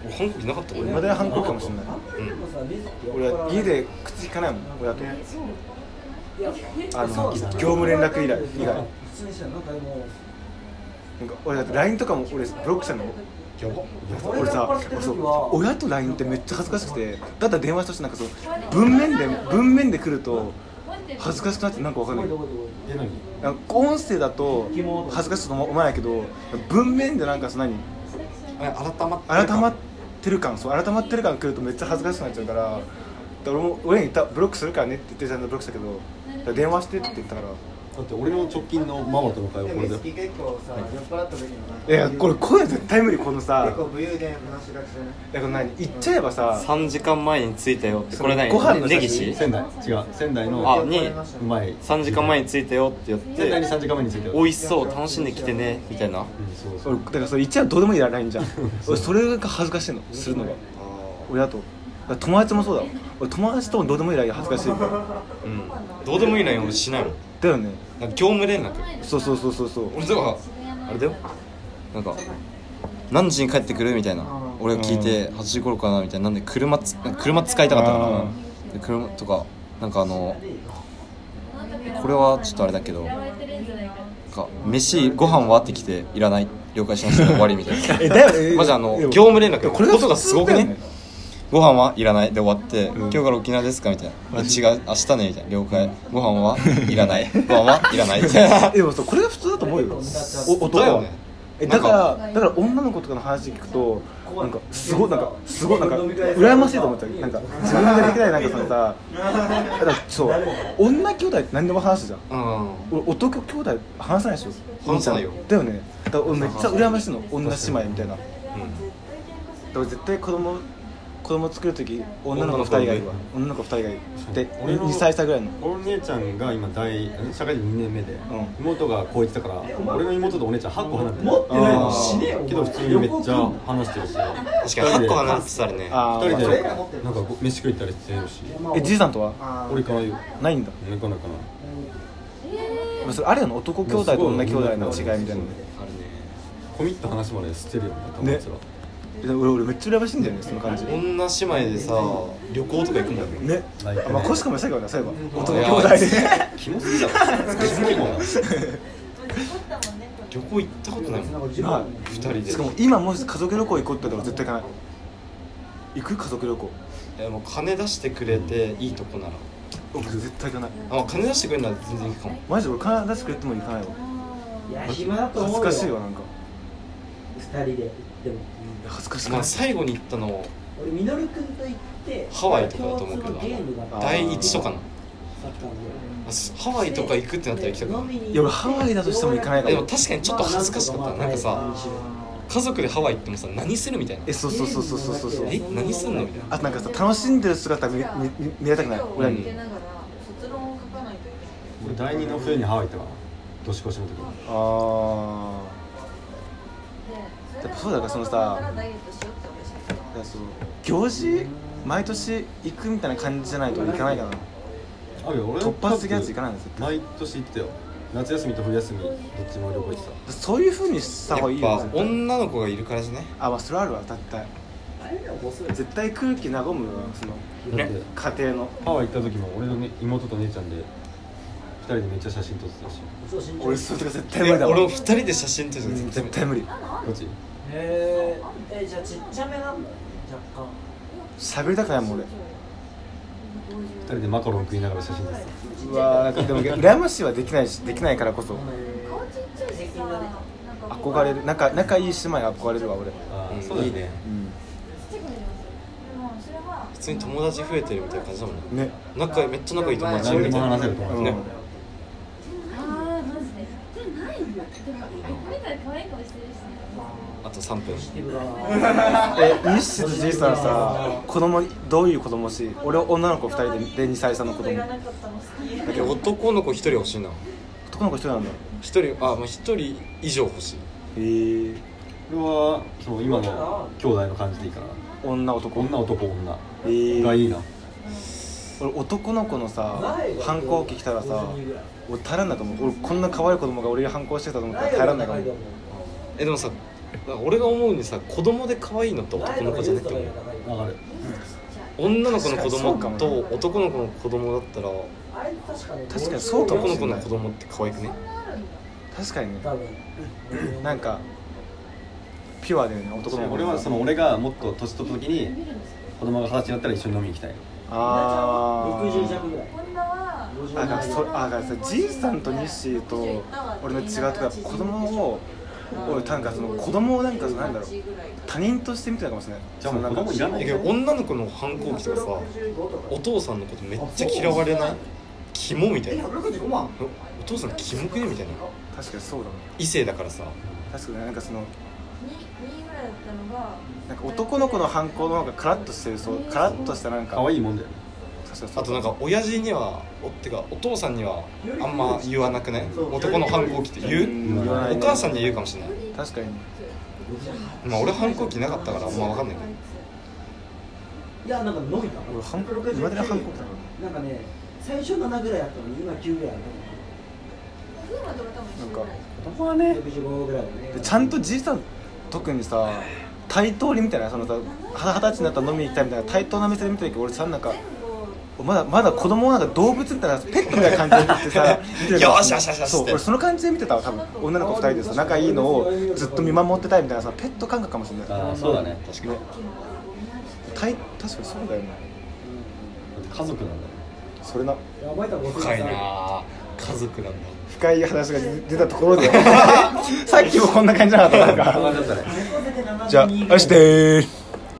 俺反抗期なかった
あ
俺
いまだに反抗かもしれない俺は家で口聞かないもん親とあの
そう
業
だね
務連絡以来以外
普通にしたらなんかでも
なんか俺だって LINE とかも俺ブロックしたの
やば
俺さ俺そう親と LINE ってめっちゃ恥ずかしくてだったら電話したしなんかそう文面で文面で来ると恥ずかしくなってなんかわかんない
どこどこ
え何
なんか音声だと恥ずかしいと思わないけど文面でなんかその何
あ改まって
改まってる感そう改まってる感来るとめっちゃ恥ずかしくなっちゃうからだから俺も親に言ったブロックするからねって言ってちゃんとブロックしたけどだから電話してって言ったから
だって俺の直近のママとの会話
で
こ
も
れ
意
だよ
識結構さ酔っ払った時にもなんか
いやこれ声絶対無理このさ
結構武勇伝話しがちじゃない
だから何言っちゃえばさ
3時間前に着いたよってこれ何
ご飯の写真
根岸
仙台違う仙台の
あ
う
に
まい
3時間前に着いたよってやっ
仙台に
て
3時間前に着いたよ
美味
し
しそう楽しんできてねみたいな
そうそ
俺
う
だからそれ言っちゃえばどうでもいいらないんじ ゃん俺それが恥ずかしいのするのが親とだから友達もそうだわ俺友達ともどうでもいいら恥ずかしいから
うんどうでもいいなよ俺しないもん
だよね
なんか業務連絡
そうそうそうそうそう
俺とかあれだよなんか何時に帰ってくるみたいな俺が聞いて8時頃かなみたいななんで車つなんか車使いたかったか
あ
なで車とかなんかあのこれはちょっとあれだけどなんか飯ご飯はってきていらない了解しました終わりみたいな
えだよね
マジあの
でも
業務連絡
いや
これ音がすごく
普通だ
ね
よ
ご飯はいらないで終わって、今日から沖縄ですかみたいな俺違う明日ねみたいな了解ご飯はいら ないご飯はいらないみたいな
えでもそうこれが普通だと思うよお男
だよ
は
ね
えだからだから女の子とかの話聞くとなんかすごいなんかすごいなんか羨ましいと思っちゃうなんか自分ができないなんかそのさだからそう女兄弟って何でも話すじゃん
うん
俺男兄弟話さないでしょ
話さないよ
だよねだから俺めっちゃ羨ましいの女姉妹みたいなだから絶対子供子供作る時女の子2人がいるわ女の子2人がいるで2歳差ぐらいの
俺の姉ちゃんが今大社会人2年目で、
う
妹が高一だから俺の妹とお姉ちゃん8個離れてる
持ってない
あー
の死ねよお前
けど普通にめっちゃ話してるし
確かに8個離れてたらね
あ
2人
ー
でなんかご飯食い行ったりしてるし
えじいさんとは
あー
俺行かないよ
ないんだ
俺行かないかな
まあそれあるよね男兄弟と女兄弟の違いみたいなの
あるね
コミット話までしてるよね友達ら、
え俺俺めっちゃ羨ましいんだよねその感じね
女姉妹でさ旅行とか行くもんね
ないよね
あまあコシコもしたけどなそういえば
ん
男兄弟で
キモすぎだろキモ
ったもんねこっち
旅行行ったことないもん
は
2人 で
いしかも今もし家族旅行行こうって言ったら絶対行かない行く家族旅行
いやもう金出してくれていいとこなら
僕絶対行かない
あ金出してくれるなら全然行くかも
マジで俺金出してくれても行かないわ
いや暇だと
恥
思
ず
うよ
かしいわなんか
2人で行って
い
も
や恥ずかしく
ま
ない
あ最後に行ったの
俺みのるくんと行って
ハワイとかだと思うけど
共通のゲームが
あー
第1とかな
サッカーのゲーム
あすハワイとか行くってなったら行きたくない
いや俺ハワイだとしても行かないか
で
も
も確かにちょっと恥ずかしかったなんかさ家族でハワイ行ってもさ何するみたいな
えそうそうそうそうそうそうそう
え何すんのみたいな
あとなんかさ楽しんでる姿見見見見られたくない
授業を
親
受
に
けながら卒論を書かないとい
俺第二の冬にハワイ行ったから年越しの時に
あ
けない
やっ
で
ぱそうだからそのさ
れをダイエットしようって話してた
あだそう行事毎年行くみたいな感じじゃないと行かないかな
あるよ俺
突発的なやつ行かないんですよ
毎年行ってたよ夏休みと冬休みどっちも旅行行って
そういうふうにした方がいい
やっ
よ
ぱ女の子がいるからじゃね
あまあそれはあるわ絶対絶対空気和むわその
ただっ
ね
て
家庭の
ハワイ行った時も俺のね妹と姉ちゃんで2人でめっちゃ写真撮ってたし
俺それとか絶対無
俺
理だわ
も2人で写真撮るの
絶
絶対
対無理
ガチ
へえじゃあちっちゃめなんだ若干
喋りたくないもん俺
2人でマカロン食いながら写真撮ってた
うわーなんかでも 羨ましいはできないしできないからこそ
顔ちっちゃいしさなんか
憧れる仲仲いい姉妹が憧れるわ俺
あ
うん
そうだよね
う
ちっちゃくなりますよでもそれは
普通に友達増えてるみたいな感じだもん
ん
ね
ね
仲めっちゃ仲いい友達
何
み
で
たい
も
な
話せると
う
思
ん
う
ね
ああマジでじゃないよでも見たら可愛い顔してるしね
あと3分
え西とじいさんさ子供どういう子供欲しい俺女の子2人でで2歳差の子供
なかったの好き
だけど男の子1人欲しいな
男の子1人なんだ
1人あまあ1人以上欲しい
えー、
俺はそう今の兄弟の感じでいいから
女男
女男女
えー
がいいな
俺男の子のさ 反抗期来たらさ俺耐えらんないと思う俺こんな可愛い子供が俺に反抗してたと思ったら耐えらんないかも
えでもさなんか俺が思うにさ子供で可愛いのって男の子じゃなくても
わかる
女の子の子
確かに
供
そうかも
と男の子の子供だったら
確かにそうかも
男の
し
子
れな
の
い
子供って可愛くね
確かにね
多分
なんかピュアだよね男の子
俺はその俺がもっと年取った時に子供が二十歳になったら一緒に飲みに行きたい
あー
60弱ぐらい
女は
あだからそあだからさじいさんとニッシーと俺の違うとこは子供を俺なんかその子供をなんかそのなんだろう他人として見てたかもしれない
じゃあもう
そのなんか
子供いらない
えけど女の子の反抗期とかさお父さんのことめっちゃ嫌われないキモみたいな
165万
お父さんキモくねみたいな
確かにそうだね
異性だからさ
確かになんかその
2ぐらいだったのが
なんか男の子の反抗の方がカラッとしてるそうカラッとしたなんか
可愛いもんだよね
確かにそう
あとなんか親父にはおってかお父さんにはあんま言わなくね男の反抗期って
う
言うん
言わない
お
ね
母さんには言うかもしれない
確かに
まあ俺反抗期なかったからあんま分かんないけど
いやなんか伸びた
俺反抗いまだに反抗期だからね
なんかね最初7ぐらいあったのに今9ぐらいあ
風磨とか多分一緒ぐらい
子供はね
る65ぐらい
でちゃんとじいさん特にさ対等にみたいなそのさ二十歳になったら飲みに行きたいみたいな対等な目線で見てるけど俺さなんかまだまだ子供をなんか動物みたいなペットみたいな感じで見ててさ見てるから
よしよしよしよし
そう
って
俺その感じで見てたわ多分女の子二人でさ仲いいのをずっと見守ってたいみたいなさペット感覚かもしれない
ああそうだね
確かに
対確かにそうだよね
家族なんだよ
それな
深いなあ家族なんだ
深い話が出たところ でさっきもこんな感じなかったなんか
だったね
じゃあ明日でーす